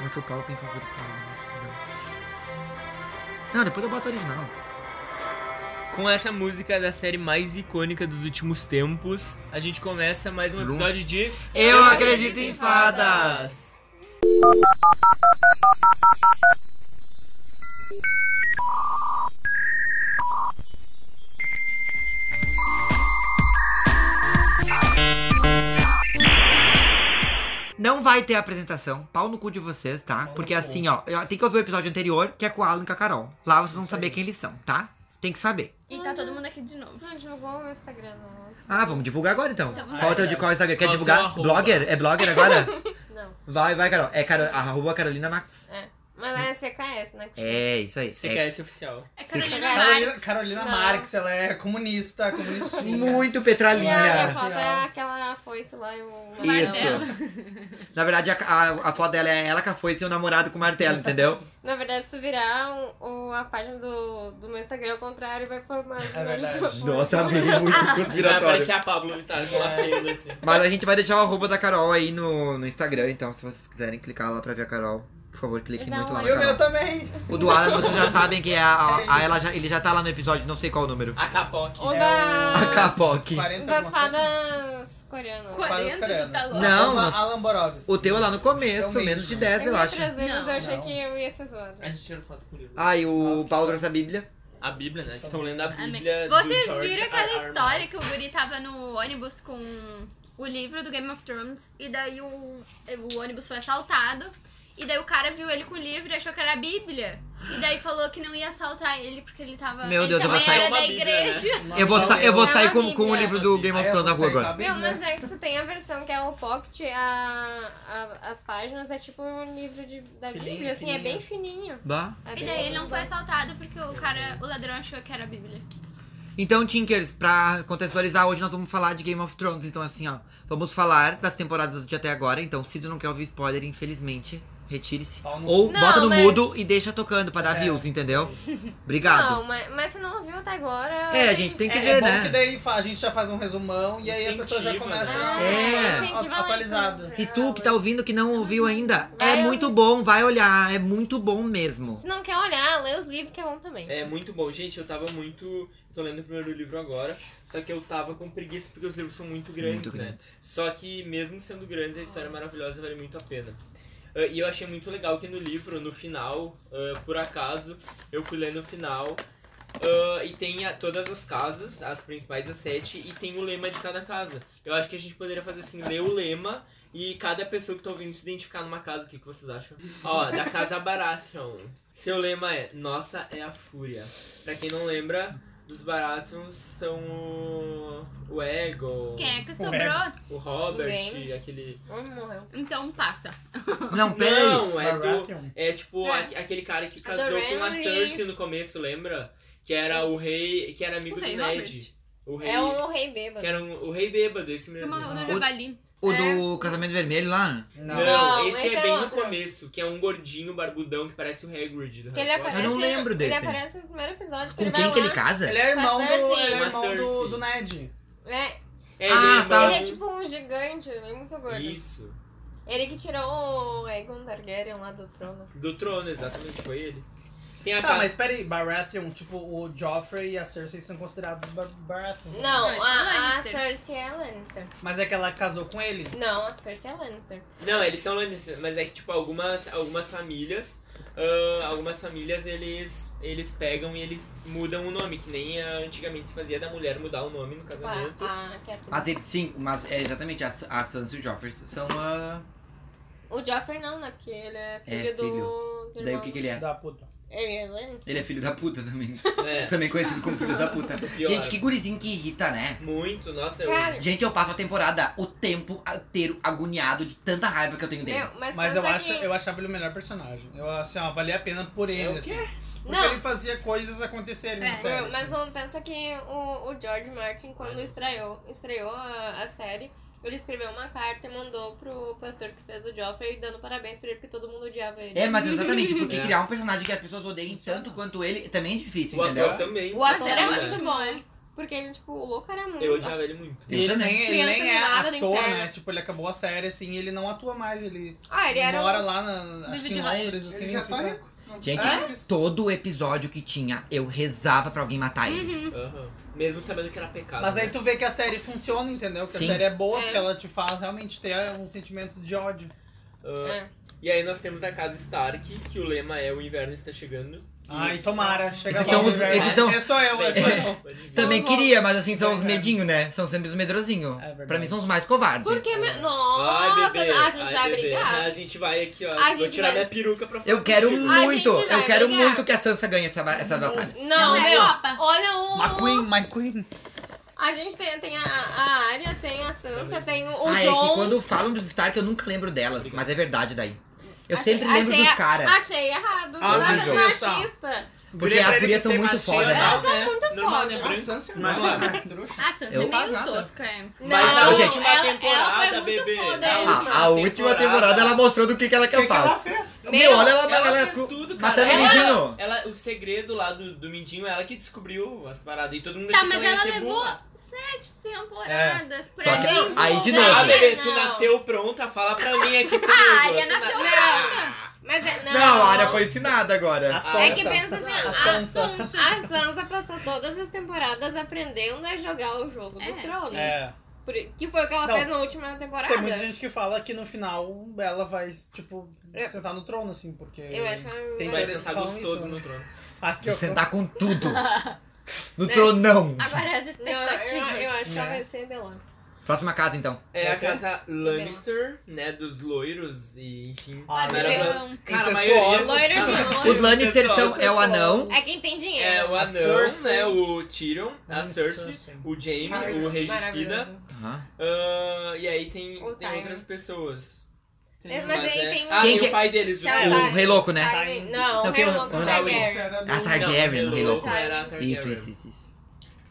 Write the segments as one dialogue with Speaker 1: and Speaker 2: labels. Speaker 1: Mas o Paulo tem favorito não. não, depois eu boto o original.
Speaker 2: Com essa música da série mais icônica dos últimos tempos, a gente começa mais um episódio de
Speaker 1: Eu acredito em fadas! Não vai ter apresentação, pau no cu de vocês, tá? Porque assim, ó, tem que ouvir o episódio anterior, que é com o Alan e com a Carol. Lá vocês vão
Speaker 2: Isso
Speaker 1: saber
Speaker 2: aí.
Speaker 1: quem eles são, tá? Tem que saber.
Speaker 3: E tá todo mundo aqui de novo.
Speaker 4: Não, divulgou o Instagram não.
Speaker 1: Ah, vamos divulgar agora então.
Speaker 3: Então,
Speaker 1: qual é o teu de qual Instagram? Quer
Speaker 2: Qual o seu
Speaker 1: divulgar?
Speaker 2: arroba?
Speaker 1: Blogger? É blogger agora?
Speaker 4: Não.
Speaker 1: vai, vai, Carol. É Caro... arroba Carolina Max.
Speaker 4: É. Mas é CKS, né?
Speaker 1: Hum. É, isso aí.
Speaker 2: Você
Speaker 1: É
Speaker 2: quer esse oficial.
Speaker 3: É
Speaker 1: Sim.
Speaker 3: Carolina Maria.
Speaker 5: Carolina, Carolina
Speaker 4: Não.
Speaker 5: Marx, ela é comunista, comunistinha.
Speaker 1: Muito
Speaker 4: Não, minha
Speaker 1: petralinha.
Speaker 4: foto
Speaker 3: assim,
Speaker 4: é aquela foice lá e o...
Speaker 1: Isso. Na verdade, a, a- a foto dela é ela que foi seu namorado com o martelo, entendeu?
Speaker 4: Na verdade, se tu virar um- o- a página do, do meu Instagram ao contrário, vai formar os
Speaker 5: É
Speaker 4: meus
Speaker 5: verdade.
Speaker 1: Nossa, amigo,
Speaker 5: é
Speaker 1: muito
Speaker 2: Vai
Speaker 1: conspiratório.
Speaker 2: aparecer a Pablo Vittar com
Speaker 3: É.
Speaker 2: uma fenda assim.
Speaker 1: Mas a gente vai deixar o arroba da Carol aí no, no Instagram, então se vocês quiserem clicar lá pra ver a Carol, por favor, cliquem
Speaker 4: Dá
Speaker 1: muito
Speaker 4: um
Speaker 1: lá
Speaker 5: E
Speaker 1: na
Speaker 5: o meu
Speaker 1: Carol.
Speaker 5: também.
Speaker 1: O do Alan, vocês já sabem que é a, a- a- ela já, ele já tá lá no episódio, não sei qual o número.
Speaker 2: A Capoque.
Speaker 1: um-
Speaker 4: Ou
Speaker 5: É
Speaker 1: A
Speaker 4: da...
Speaker 1: Capoc.
Speaker 5: 40
Speaker 4: das
Speaker 5: alguma coisa.
Speaker 4: fadas coreanas.
Speaker 1: é?
Speaker 4: É
Speaker 3: Qua- 40,
Speaker 5: Fadas
Speaker 3: tu tá
Speaker 5: coreanas.
Speaker 3: louco?
Speaker 1: Não,
Speaker 5: Uma
Speaker 1: mas-
Speaker 5: Alan
Speaker 1: O teu é lá no
Speaker 5: É o
Speaker 1: começo,
Speaker 5: mesmo.
Speaker 1: menos de 10,
Speaker 4: Eu
Speaker 1: eu
Speaker 4: ia
Speaker 1: acho.
Speaker 4: trazer, mas
Speaker 3: Não,
Speaker 4: eu achei
Speaker 5: não.
Speaker 4: que eu ia ser zoada.
Speaker 2: A gente tirou foto com o livro.
Speaker 1: Ai, o
Speaker 5: Nossa,
Speaker 1: Paulo trouxe a Bíblia.
Speaker 2: A Bíblia, né? Estão lendo a
Speaker 3: Amém.
Speaker 2: Bíblia. do
Speaker 3: Vocês
Speaker 2: George
Speaker 3: viram aquela
Speaker 2: R. R.
Speaker 3: história
Speaker 2: Martin.
Speaker 3: que o guri tava no ônibus com o livro do Game of Thrones e daí o, o ônibus foi assaltado e daí o cara viu ele com o livro e achou que era a Bíblia e daí falou que não ia assaltar ele porque ele tava
Speaker 1: Meu
Speaker 3: ele
Speaker 1: Deus, eu vou
Speaker 3: também
Speaker 1: sair-
Speaker 3: era
Speaker 2: Uma
Speaker 3: da
Speaker 2: Bíblia,
Speaker 3: igreja.
Speaker 1: Eu vou, sa- eu vou
Speaker 4: É uma
Speaker 1: sair com, com o
Speaker 4: Bíblia.
Speaker 1: livro do Game
Speaker 5: É,
Speaker 1: of Thrones na rua
Speaker 3: tá
Speaker 1: agora.
Speaker 4: Meu, mas
Speaker 3: né?
Speaker 4: é que tu tem a versão que é o pocket, a, a- as páginas é tipo um livro de, da
Speaker 5: Fininho,
Speaker 4: Bíblia, assim, é
Speaker 5: fininho.
Speaker 4: bem fininho.
Speaker 1: Bah.
Speaker 4: É
Speaker 3: E
Speaker 4: bem
Speaker 3: daí ele não foi
Speaker 4: organizado.
Speaker 3: assaltado porque o cara, o ladrão achou que era a Bíblia.
Speaker 1: Então, Tinkers, pra contextualizar, hoje nós vamos falar de Game of Thrones. Então, assim, ó, vamos falar das temporadas de até agora. Então, se tu não quer ouvir spoiler, infelizmente,
Speaker 4: é-
Speaker 1: retire-se.
Speaker 5: Pau no
Speaker 1: Ou
Speaker 4: cu.
Speaker 1: bota
Speaker 4: Não,
Speaker 1: no
Speaker 4: mas-
Speaker 1: mudo e deixa tocando pra dar
Speaker 5: É.
Speaker 1: views, entendeu? Obrigado.
Speaker 4: Não, mas, mas se não ouviu até agora.
Speaker 1: é, a gente tem que
Speaker 5: é,
Speaker 1: ver,
Speaker 5: é bom
Speaker 1: né?
Speaker 5: que daí fa- a gente já faz um resumão e aí a pessoa já
Speaker 2: Incentiva,
Speaker 5: começa
Speaker 4: Ah,
Speaker 2: né?
Speaker 5: a-
Speaker 1: É.
Speaker 5: a-
Speaker 4: Incentiva a
Speaker 5: atualizada.
Speaker 4: leitura.
Speaker 1: E tu que tá ouvindo que não ouviu ainda, é
Speaker 4: Vai
Speaker 1: muito bom, vai olhar, é muito bom mesmo.
Speaker 4: Se não quer olhar, lê os livros que é bom também.
Speaker 2: É muito bom, gente. Eu tava muito. Tô lendo o primeiro livro agora. Só que eu tava com preguiça porque os livros são muito grandes,
Speaker 1: muito
Speaker 2: né? Só que mesmo sendo grandes, a história é maravilhosa vale muito a pena. Ah, e eu achei muito legal que no livro, no final, ah, por acaso, eu fui ler no final. ah, e tem a- todas as casas, as principais, as sete, e tem o lema de cada casa. Eu acho que a gente poderia fazer assim, ler o lema e cada pessoa que tá ouvindo se identificar numa casa. O que, que vocês acham? Ó, da casa Baratheon. Seu lema é Nossa é a Fúria. Pra quem não lembra, os Baratheons são o, o Ego.
Speaker 3: Quem é que sobrou?
Speaker 5: Ué.
Speaker 2: O Robert,
Speaker 4: Ninguém.
Speaker 2: aquele.
Speaker 4: Um morreu.
Speaker 3: Então passa.
Speaker 1: Não, peraí.
Speaker 2: Não, é do.
Speaker 5: Baratheon.
Speaker 2: É tipo
Speaker 4: É.
Speaker 2: aque- aquele cara que
Speaker 4: A
Speaker 2: casou
Speaker 4: Dorene.
Speaker 2: com a Cersei no começo, lembra? Que era o rei. Que era amigo
Speaker 3: O
Speaker 2: do
Speaker 3: rei
Speaker 2: Ned. O rei.
Speaker 4: É o rei
Speaker 2: Que
Speaker 4: bêbado.
Speaker 2: era um- o rei bêbado, esse mesmo.
Speaker 3: Tomou
Speaker 5: Ah.
Speaker 3: do javali.
Speaker 1: O
Speaker 4: É.
Speaker 1: do casamento vermelho lá?
Speaker 2: Não,
Speaker 5: Não.
Speaker 4: Não,
Speaker 2: esse,
Speaker 4: esse
Speaker 2: é
Speaker 4: é
Speaker 2: bem no
Speaker 4: outro.
Speaker 2: começo, que é um gordinho barbudão que parece o Hagrid. do
Speaker 4: Que ele é
Speaker 2: Harry Potter.
Speaker 4: aparece,
Speaker 1: Eu não lembro desse.
Speaker 4: Ele aparece no primeiro episódio.
Speaker 1: Com
Speaker 4: ele
Speaker 1: quem
Speaker 4: vai
Speaker 1: que
Speaker 4: lá,
Speaker 1: ele casa?
Speaker 5: Ele é irmão
Speaker 4: Mas
Speaker 5: do,
Speaker 4: Cersei.
Speaker 5: ele é
Speaker 2: Mas
Speaker 5: irmão do,
Speaker 2: Cersei.
Speaker 5: do Ned.
Speaker 4: né?
Speaker 2: É,
Speaker 1: Ah,
Speaker 2: ele
Speaker 1: tá.
Speaker 4: Ele é
Speaker 2: irmão-
Speaker 4: tipo um gigante, ele é muito gordo.
Speaker 2: Isso.
Speaker 4: Ele que tirou o Aegon Targaryen lá do trono.
Speaker 2: Do trono, exatamente, foi ele. Tem a
Speaker 5: Tá,
Speaker 2: casa-
Speaker 5: mas peraí, Baratheon, tipo, o Joffrey e a Cersei são considerados Bar Baratheon.
Speaker 4: Não,
Speaker 3: Não,
Speaker 4: a, a
Speaker 3: Lannister.
Speaker 4: Cersei é Lannister.
Speaker 5: Mas é que ela casou com ele.
Speaker 4: Não, a Cersei é Lannister.
Speaker 2: Não, eles são Lannister, mas é que tipo algumas algumas famílias, ah, algumas famílias eles eles pegam e eles mudam o nome, que nem ah, antigamente se fazia da mulher mudar o nome no
Speaker 4: Tipo, a,
Speaker 2: casamento.
Speaker 4: a Catelyn.
Speaker 1: Mas ele- sim, mas é exatamente, a, a Sansa e o Joffrey são ah, a...
Speaker 4: O Joffrey não, né? Porque ele é filho, do. do
Speaker 1: Daí o
Speaker 4: irmão.
Speaker 1: que que ele é?
Speaker 5: Da puta.
Speaker 4: Ele é Lannister.
Speaker 1: Ele é filho da puta também.
Speaker 2: É,
Speaker 1: Também conhecido como filho da puta. né?
Speaker 2: Pior.
Speaker 1: Gente, que gurizinho que irrita, né?
Speaker 2: muito, nossa, eu
Speaker 4: Cara,
Speaker 1: Gente, eu passo a temporada o tempo inteiro agoniado de tanta raiva que eu tenho dele.
Speaker 4: meu, mas,
Speaker 5: Mas
Speaker 4: pensa
Speaker 5: eu, acho,
Speaker 4: que-
Speaker 5: eu achava ele o melhor personagem. Eu, assim, ó, valia a pena por ele,
Speaker 2: É o quê?
Speaker 5: assim. Porque
Speaker 4: Não.
Speaker 5: ele fazia coisas acontecerem,
Speaker 3: É.
Speaker 5: na série,
Speaker 4: Meu, mas
Speaker 5: assim.
Speaker 4: vamos pensa que o, o George Martin, quando
Speaker 2: Olha.
Speaker 4: estreou, estreou a, a série, ele escreveu uma carta e mandou pro, pro ator que fez o Joffrey, dando parabéns pra ele, porque todo mundo odiava ele.
Speaker 1: É, mas exatamente, porque
Speaker 2: É.
Speaker 1: criar um personagem que as pessoas odeiem tanto quanto ele também é difícil,
Speaker 2: o
Speaker 1: entendeu?
Speaker 2: ator também.
Speaker 4: O ator
Speaker 3: Mas era
Speaker 4: é
Speaker 2: né?
Speaker 4: muito bom. Porque ele, tipo, o louco era muito.
Speaker 2: Eu odiava ele muito.
Speaker 5: E ele nem, ele
Speaker 4: Criança
Speaker 5: nem é
Speaker 4: mimada do
Speaker 5: ator,
Speaker 4: inferno.
Speaker 5: né? Tipo, ele acabou a série, assim, e ele não atua mais. Ele,
Speaker 4: Ah, ele era.
Speaker 5: mora
Speaker 4: um-
Speaker 5: lá na, acho que em
Speaker 3: David
Speaker 5: Londres, assim.
Speaker 6: Ele já tá
Speaker 5: fica-
Speaker 6: rico. Não
Speaker 1: Gente,
Speaker 6: precisa
Speaker 4: É?
Speaker 6: disso.
Speaker 1: Todo episódio que tinha, eu rezava pra alguém matar ele.
Speaker 4: Uhum.
Speaker 2: Aham. Mesmo sabendo que era pecado.
Speaker 5: Mas
Speaker 1: é
Speaker 2: né?
Speaker 5: aí tu vê que a série funciona, entendeu? Que
Speaker 1: Sim.
Speaker 5: a série é boa,
Speaker 4: É.
Speaker 5: porque ela te faz realmente ter um sentimento de ódio.
Speaker 2: Ah,
Speaker 4: É.
Speaker 2: E aí nós temos da casa Stark, que o lema é o inverno está chegando.
Speaker 5: Ai, tomara, chega
Speaker 1: Esses
Speaker 5: logo.
Speaker 1: são os-
Speaker 5: verdade.
Speaker 1: esses são-
Speaker 5: É só eu, é só eu.
Speaker 2: Bem,
Speaker 1: Também
Speaker 4: São os
Speaker 1: queria, mas assim, são os
Speaker 5: É.
Speaker 1: medinhos, né? São sempre os medrosinhos.
Speaker 5: É verdade.
Speaker 1: pra mim são os mais covardes.
Speaker 4: Por que. Me...
Speaker 2: Ai,
Speaker 4: Nossa,
Speaker 2: bebê.
Speaker 4: a gente
Speaker 2: ai,
Speaker 4: vai
Speaker 2: bebê.
Speaker 4: brigar.
Speaker 2: A gente vai aqui, ó.
Speaker 4: A
Speaker 2: Vou
Speaker 4: gente
Speaker 2: tirar
Speaker 4: vai-
Speaker 2: minha peruca pra falar
Speaker 1: Eu quero um,
Speaker 2: contigo.
Speaker 4: Ai,
Speaker 1: muito,
Speaker 4: gente,
Speaker 1: eu
Speaker 4: vai
Speaker 1: quero
Speaker 4: brigar.
Speaker 1: muito que a Sansa ganhe essa, ba- essa batalha.
Speaker 4: Não,
Speaker 3: Não,
Speaker 4: meu,
Speaker 3: Europa.
Speaker 4: olha o.
Speaker 5: My queen, my queen.
Speaker 4: A gente tem, tem a, a Arya, tem a Sansa, tem o, o
Speaker 1: ah, é
Speaker 4: John.
Speaker 1: que quando falam dos Stark eu nunca lembro delas, mas é verdade daí. Eu
Speaker 4: Achei-
Speaker 1: sempre lembro
Speaker 4: achei-
Speaker 1: dos caras,
Speaker 4: Achei errado.
Speaker 5: Ah,
Speaker 4: nada
Speaker 1: do John.
Speaker 4: machista.
Speaker 1: porque as gurias são muito foda, né?
Speaker 4: Elas são é muito
Speaker 2: Normal,
Speaker 4: foda.
Speaker 2: né?
Speaker 6: A
Speaker 2: Branco.
Speaker 6: Sansa é
Speaker 5: Mas-
Speaker 6: uma trouxa.
Speaker 3: Ah, Sansa
Speaker 1: Eu-
Speaker 3: é meio
Speaker 6: Faz nada.
Speaker 3: tosca, é.
Speaker 1: Não,
Speaker 2: Mas na última
Speaker 4: ela- ela
Speaker 2: temporada,
Speaker 4: foi muito
Speaker 2: bebê.
Speaker 4: foda,
Speaker 2: na
Speaker 4: ela-
Speaker 1: Ah, a última temporada ela mostrou do que, que ela
Speaker 6: O que,
Speaker 1: quer
Speaker 6: que ela
Speaker 1: falar.
Speaker 6: fez?
Speaker 1: Meu, olha ela,
Speaker 2: Ela,
Speaker 1: ela, ela
Speaker 2: fez tudo, cara.
Speaker 1: matando o
Speaker 2: Ela-
Speaker 1: Mindinho.
Speaker 2: Ela, o segredo lá do, do Mindinho, é ela que descobriu as paradas. E todo mundo
Speaker 3: Tá,
Speaker 2: achou
Speaker 3: mas
Speaker 2: que ela ia
Speaker 3: ela
Speaker 2: ser
Speaker 3: levou
Speaker 2: burra.
Speaker 3: sete temporadas pra
Speaker 1: Só que-
Speaker 3: desenvolver.
Speaker 1: aí de novo.
Speaker 2: Ah,
Speaker 1: Não.
Speaker 2: bebê, tu
Speaker 4: Não. é
Speaker 2: nasceu pronta, fala pra mim aqui comigo.
Speaker 3: A Arya
Speaker 2: Tu na-
Speaker 3: nasceu
Speaker 2: Ah,
Speaker 4: Mas é, não.
Speaker 1: Não, a área foi ensinada agora.
Speaker 5: Sansa.
Speaker 4: É que pensa assim, ó,
Speaker 5: A
Speaker 4: a
Speaker 5: Sansa.
Speaker 4: A Sansa passou todas as temporadas aprendendo a jogar o jogo dos
Speaker 3: É.
Speaker 4: tronos.
Speaker 5: É.
Speaker 4: Por- que foi o que ela
Speaker 5: Não.
Speaker 4: fez na última temporada.
Speaker 5: Tem muita gente que fala que no final ela vai, tipo,
Speaker 4: É.
Speaker 5: sentar no trono, assim, porque...
Speaker 4: Eu acho que ela
Speaker 5: Tem
Speaker 2: Vai
Speaker 5: Mas
Speaker 2: sentar
Speaker 5: falam
Speaker 2: gostoso
Speaker 5: isso, né?
Speaker 2: no trono.
Speaker 5: Aqui,
Speaker 1: De
Speaker 5: ó,
Speaker 1: sentar com tudo. No
Speaker 4: Né?
Speaker 1: tronão.
Speaker 3: Agora as
Speaker 4: Não, eu,
Speaker 3: expectativas.
Speaker 4: eu, acho que ela
Speaker 5: É.
Speaker 4: vai ser Belão.
Speaker 1: Próxima casa, então.
Speaker 2: É a
Speaker 5: Ok.
Speaker 2: casa Lannister, né? Dos loiros e enfim.
Speaker 5: Ah,
Speaker 2: Mas
Speaker 4: mas
Speaker 2: era
Speaker 4: eu-
Speaker 2: pra- Cara, a maioria.
Speaker 5: Incestuosos.
Speaker 4: Loiro de olho.
Speaker 1: Os Lannister
Speaker 2: Então,
Speaker 1: são, é o anão.
Speaker 4: É quem tem
Speaker 2: É
Speaker 4: dinheiro.
Speaker 2: o
Speaker 5: A
Speaker 2: anão,
Speaker 5: Cersei.
Speaker 2: né? O Tyrion, a Cersei, o
Speaker 4: Cara,
Speaker 2: Jaime, É o Regicida.
Speaker 4: maravilhoso.
Speaker 1: Aham.
Speaker 2: ah, e aí tem,
Speaker 4: O
Speaker 2: tem
Speaker 4: Tyrion.
Speaker 2: outras pessoas.
Speaker 4: Mas,
Speaker 6: Mas
Speaker 4: aí
Speaker 2: é-
Speaker 4: tem um o.
Speaker 2: Ah,
Speaker 1: Quem
Speaker 2: tem
Speaker 1: que-
Speaker 2: o pai deles, o
Speaker 4: Tá,
Speaker 1: É
Speaker 2: Tyrion.
Speaker 1: o rei louco, né?
Speaker 4: Ai, não, é
Speaker 1: Não,
Speaker 4: o
Speaker 1: quem-
Speaker 4: Rei Louco
Speaker 1: quando-
Speaker 4: Targaryen.
Speaker 6: Era do-
Speaker 1: A Targaryen, o
Speaker 2: Não,
Speaker 1: rei louco.
Speaker 2: era a Targaryen.
Speaker 1: Isso, isso, isso. isso.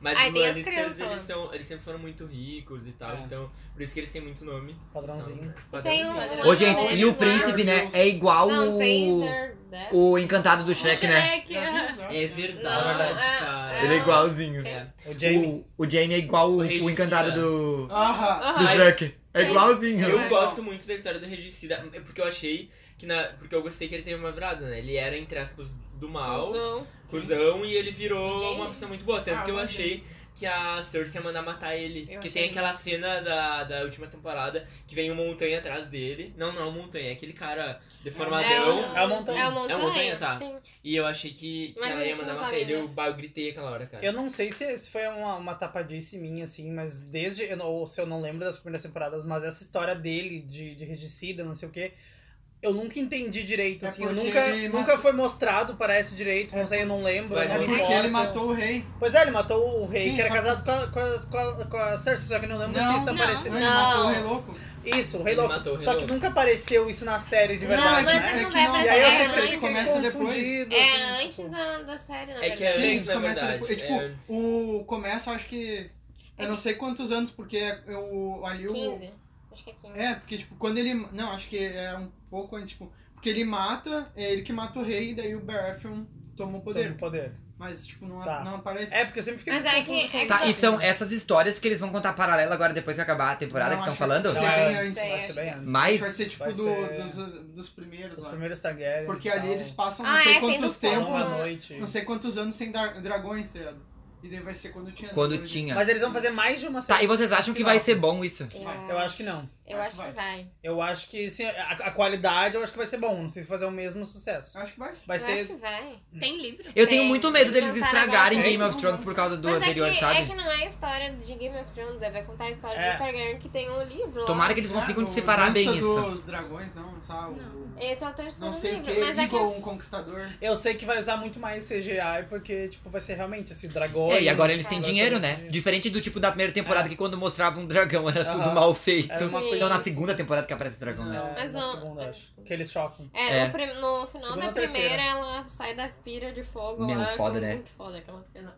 Speaker 2: Mas
Speaker 4: Aí
Speaker 2: os
Speaker 4: tem as
Speaker 2: Lannisters,
Speaker 4: crianças lá.
Speaker 2: eles, são, eles sempre foram muito ricos e tal,
Speaker 5: É.
Speaker 2: então por isso que eles têm muito nome. Então, é
Speaker 5: Padrãozinho.
Speaker 4: Tem um
Speaker 2: Padrãozinho.
Speaker 4: o-
Speaker 1: Ô, gente,
Speaker 4: Não,
Speaker 1: e o
Speaker 4: eles
Speaker 1: príncipe, né? É igual
Speaker 4: Não, tem
Speaker 1: o,
Speaker 4: Zer- Zer-
Speaker 1: o encantado do Shrek, né?
Speaker 4: Shrek, é.
Speaker 2: É
Speaker 4: Não,
Speaker 2: verdade,
Speaker 4: é-
Speaker 2: cara.
Speaker 4: é
Speaker 1: Ele é
Speaker 4: o-
Speaker 1: igualzinho.
Speaker 4: é.
Speaker 5: O Jamie.
Speaker 1: O, o Jamie é igual o,
Speaker 2: O regicida.
Speaker 1: o encantado do,
Speaker 6: Aham.
Speaker 1: do
Speaker 4: Aham.
Speaker 2: Ai,
Speaker 1: Shrek. É
Speaker 4: Ai.
Speaker 1: igualzinho.
Speaker 2: Eu
Speaker 4: É.
Speaker 2: gosto muito da história do Regicida, é porque eu achei que na. Porque eu gostei que ele teve uma virada, né? Ele era, entre aspas, do mal,
Speaker 4: Cusão.
Speaker 2: cuzão, e ele virou
Speaker 4: Gente.
Speaker 2: uma pessoa muito boa. Tanto
Speaker 6: Ah,
Speaker 2: que eu
Speaker 6: mas
Speaker 2: achei que a Cersei ia mandar matar ele.
Speaker 4: Eu
Speaker 2: que
Speaker 4: achei.
Speaker 2: tem aquela cena da, da última temporada que vem uma montanha atrás dele. Não, não é uma montanha, é aquele cara deformadão.
Speaker 5: É a montanha.
Speaker 4: É a
Speaker 2: É a montanha,
Speaker 4: montanha,
Speaker 2: tá.
Speaker 4: sim.
Speaker 2: E eu achei que, que
Speaker 4: Mas
Speaker 2: ela
Speaker 4: a
Speaker 2: ia
Speaker 4: gente
Speaker 2: mandar
Speaker 4: não
Speaker 2: matar
Speaker 4: sabe,
Speaker 2: ele,
Speaker 4: né?
Speaker 2: eu, bah, eu gritei aquela hora, cara.
Speaker 5: Eu não sei se, se foi uma, uma tapadice minha, assim, mas desde. eu não- Ou se eu não lembro das primeiras temporadas, mas essa história dele de, de regicida, não sei o quê. Eu nunca entendi direito,
Speaker 6: É
Speaker 5: assim. Eu
Speaker 6: porque
Speaker 5: nunca,
Speaker 6: ele
Speaker 5: nunca
Speaker 6: matou-
Speaker 5: foi mostrado, parece direito, não sei, eu não lembro.
Speaker 2: Vai
Speaker 5: eu
Speaker 6: É
Speaker 5: não me
Speaker 6: porque
Speaker 5: importo.
Speaker 6: ele matou o rei.
Speaker 5: Pois é, ele matou o rei,
Speaker 6: Sim,
Speaker 5: que era
Speaker 6: só
Speaker 5: casado com a, com, a, com, a, com a Cersei, só que eu não lembro se
Speaker 6: Não,
Speaker 5: isso
Speaker 6: não.
Speaker 5: apareceu.
Speaker 6: Ele
Speaker 4: Não.
Speaker 6: matou o rei é louco.
Speaker 5: Isso, o rei
Speaker 2: Ele
Speaker 5: louco.
Speaker 2: matou o rei
Speaker 5: Só que
Speaker 2: louco.
Speaker 5: nunca apareceu isso na série de
Speaker 4: Não,
Speaker 5: verdade,
Speaker 4: mas
Speaker 5: né?
Speaker 4: ele
Speaker 6: é
Speaker 4: não
Speaker 6: que
Speaker 4: vai
Speaker 6: não,
Speaker 5: E
Speaker 4: aparecer,
Speaker 5: aí eu
Speaker 4: é
Speaker 5: sei
Speaker 6: que
Speaker 5: se ele assim,
Speaker 6: ele
Speaker 4: antes.
Speaker 5: começa
Speaker 6: começa depois.
Speaker 5: depois.
Speaker 4: É antes da, da série, na
Speaker 2: É que é
Speaker 4: verdade.
Speaker 6: Sim,
Speaker 2: antes,
Speaker 6: isso
Speaker 2: na
Speaker 6: começa
Speaker 2: verdade.
Speaker 6: depois.
Speaker 2: é antes.
Speaker 6: Tipo, o começa, acho que. Eu não sei quantos anos, porque é o, ali o.
Speaker 4: 15. Acho que é 15.
Speaker 6: É, porque, tipo, quando ele. Não, acho que é um pouco antes, tipo. Porque ele mata, é ele que mata o rei, e daí o Baratheon toma o poder.
Speaker 5: Poder. poder.
Speaker 6: Mas, tipo, não,
Speaker 5: Tá.
Speaker 6: não aparece.
Speaker 5: É, porque eu sempre fiquei
Speaker 4: é. Mas
Speaker 5: muito
Speaker 4: é que-
Speaker 5: confuso com
Speaker 4: é que
Speaker 5: isso,
Speaker 1: Tá, e
Speaker 5: assim.
Speaker 1: são essas histórias que eles vão contar paralelo agora depois que acabar a temporada
Speaker 6: Não,
Speaker 1: que estão
Speaker 6: acho
Speaker 1: falando.
Speaker 6: que
Speaker 5: Não,
Speaker 6: Vai ser bem
Speaker 5: é-
Speaker 6: antes.
Speaker 5: Vai ser bem antes.
Speaker 1: Mas
Speaker 6: Vai ser, tipo,
Speaker 5: Vai
Speaker 6: do-
Speaker 5: ser-
Speaker 6: Dos, dos primeiros
Speaker 5: Os
Speaker 6: lá.
Speaker 5: primeiros tá Targaryen.
Speaker 6: Porque ali eles passam não
Speaker 4: Ah,
Speaker 6: sei
Speaker 4: é, tem
Speaker 6: quantos
Speaker 4: do fogo,
Speaker 6: tempos.
Speaker 4: né?
Speaker 5: Uma noite.
Speaker 6: Não sei quantos anos sem dar- dragões, tá ligado? E daí vai ser quando tinha
Speaker 1: quando
Speaker 6: dragões.
Speaker 1: tinha.
Speaker 5: Mas eles vão fazer mais de uma
Speaker 1: Tá,
Speaker 5: série.
Speaker 1: e vocês acham que vai ser bom isso?
Speaker 4: Eu,
Speaker 5: Eu acho que não.
Speaker 4: É, eu acho que vai.
Speaker 5: Eu acho que sim, a, a qualidade eu acho que vai ser bom. Não sei se fazer o mesmo sucesso.
Speaker 6: Acho que vai.
Speaker 5: Vai
Speaker 4: eu acho
Speaker 5: ser.
Speaker 4: que vai.
Speaker 3: Tem livro.
Speaker 1: Eu tenho
Speaker 4: Tem,
Speaker 1: muito medo
Speaker 4: tem
Speaker 1: deles
Speaker 4: que lançar
Speaker 1: estragarem
Speaker 5: agora.
Speaker 1: Game of Thrones por causa do
Speaker 4: Mas é que,
Speaker 1: anterior, sabe?
Speaker 4: é que não é a história de Game of Thrones, é vai contar a história
Speaker 5: É.
Speaker 4: do Targaryen que tem um livro. lá.
Speaker 1: Tomara que eles consigam
Speaker 6: Ah, o
Speaker 1: separar bem
Speaker 6: Dança
Speaker 1: isso.
Speaker 6: dos dragões, não, sabe?
Speaker 3: Não.
Speaker 4: Esse é o terceiro
Speaker 6: Não sei o
Speaker 4: livro.
Speaker 6: que,
Speaker 4: mas é que
Speaker 6: Eagle, um conquistador.
Speaker 5: Eu sei que vai usar muito mais CGI, porque, tipo, vai ser realmente esse dragão.
Speaker 1: É, e agora eles têm
Speaker 5: Vai
Speaker 1: dinheiro,
Speaker 5: ter
Speaker 1: né?
Speaker 5: muito
Speaker 1: Diferente do tipo da primeira temporada,
Speaker 5: É.
Speaker 1: que quando mostrava um dragão era tudo
Speaker 5: Aham.
Speaker 1: mal feito.
Speaker 5: Era É uma
Speaker 4: Sim.
Speaker 5: coisa. assim.
Speaker 1: Então na segunda temporada que aparece dragão, né?
Speaker 5: É,
Speaker 4: Mas
Speaker 5: na
Speaker 4: não-
Speaker 5: segunda, acho. Que eles chocam.
Speaker 4: É,
Speaker 1: É.
Speaker 4: No, prim- no final
Speaker 5: Segunda
Speaker 4: da
Speaker 5: ou terceira?
Speaker 4: primeira ela sai da pira de fogo
Speaker 1: Meu,
Speaker 4: lá.
Speaker 1: foda,
Speaker 4: ficou
Speaker 1: né?
Speaker 4: Muito foda aquela cena.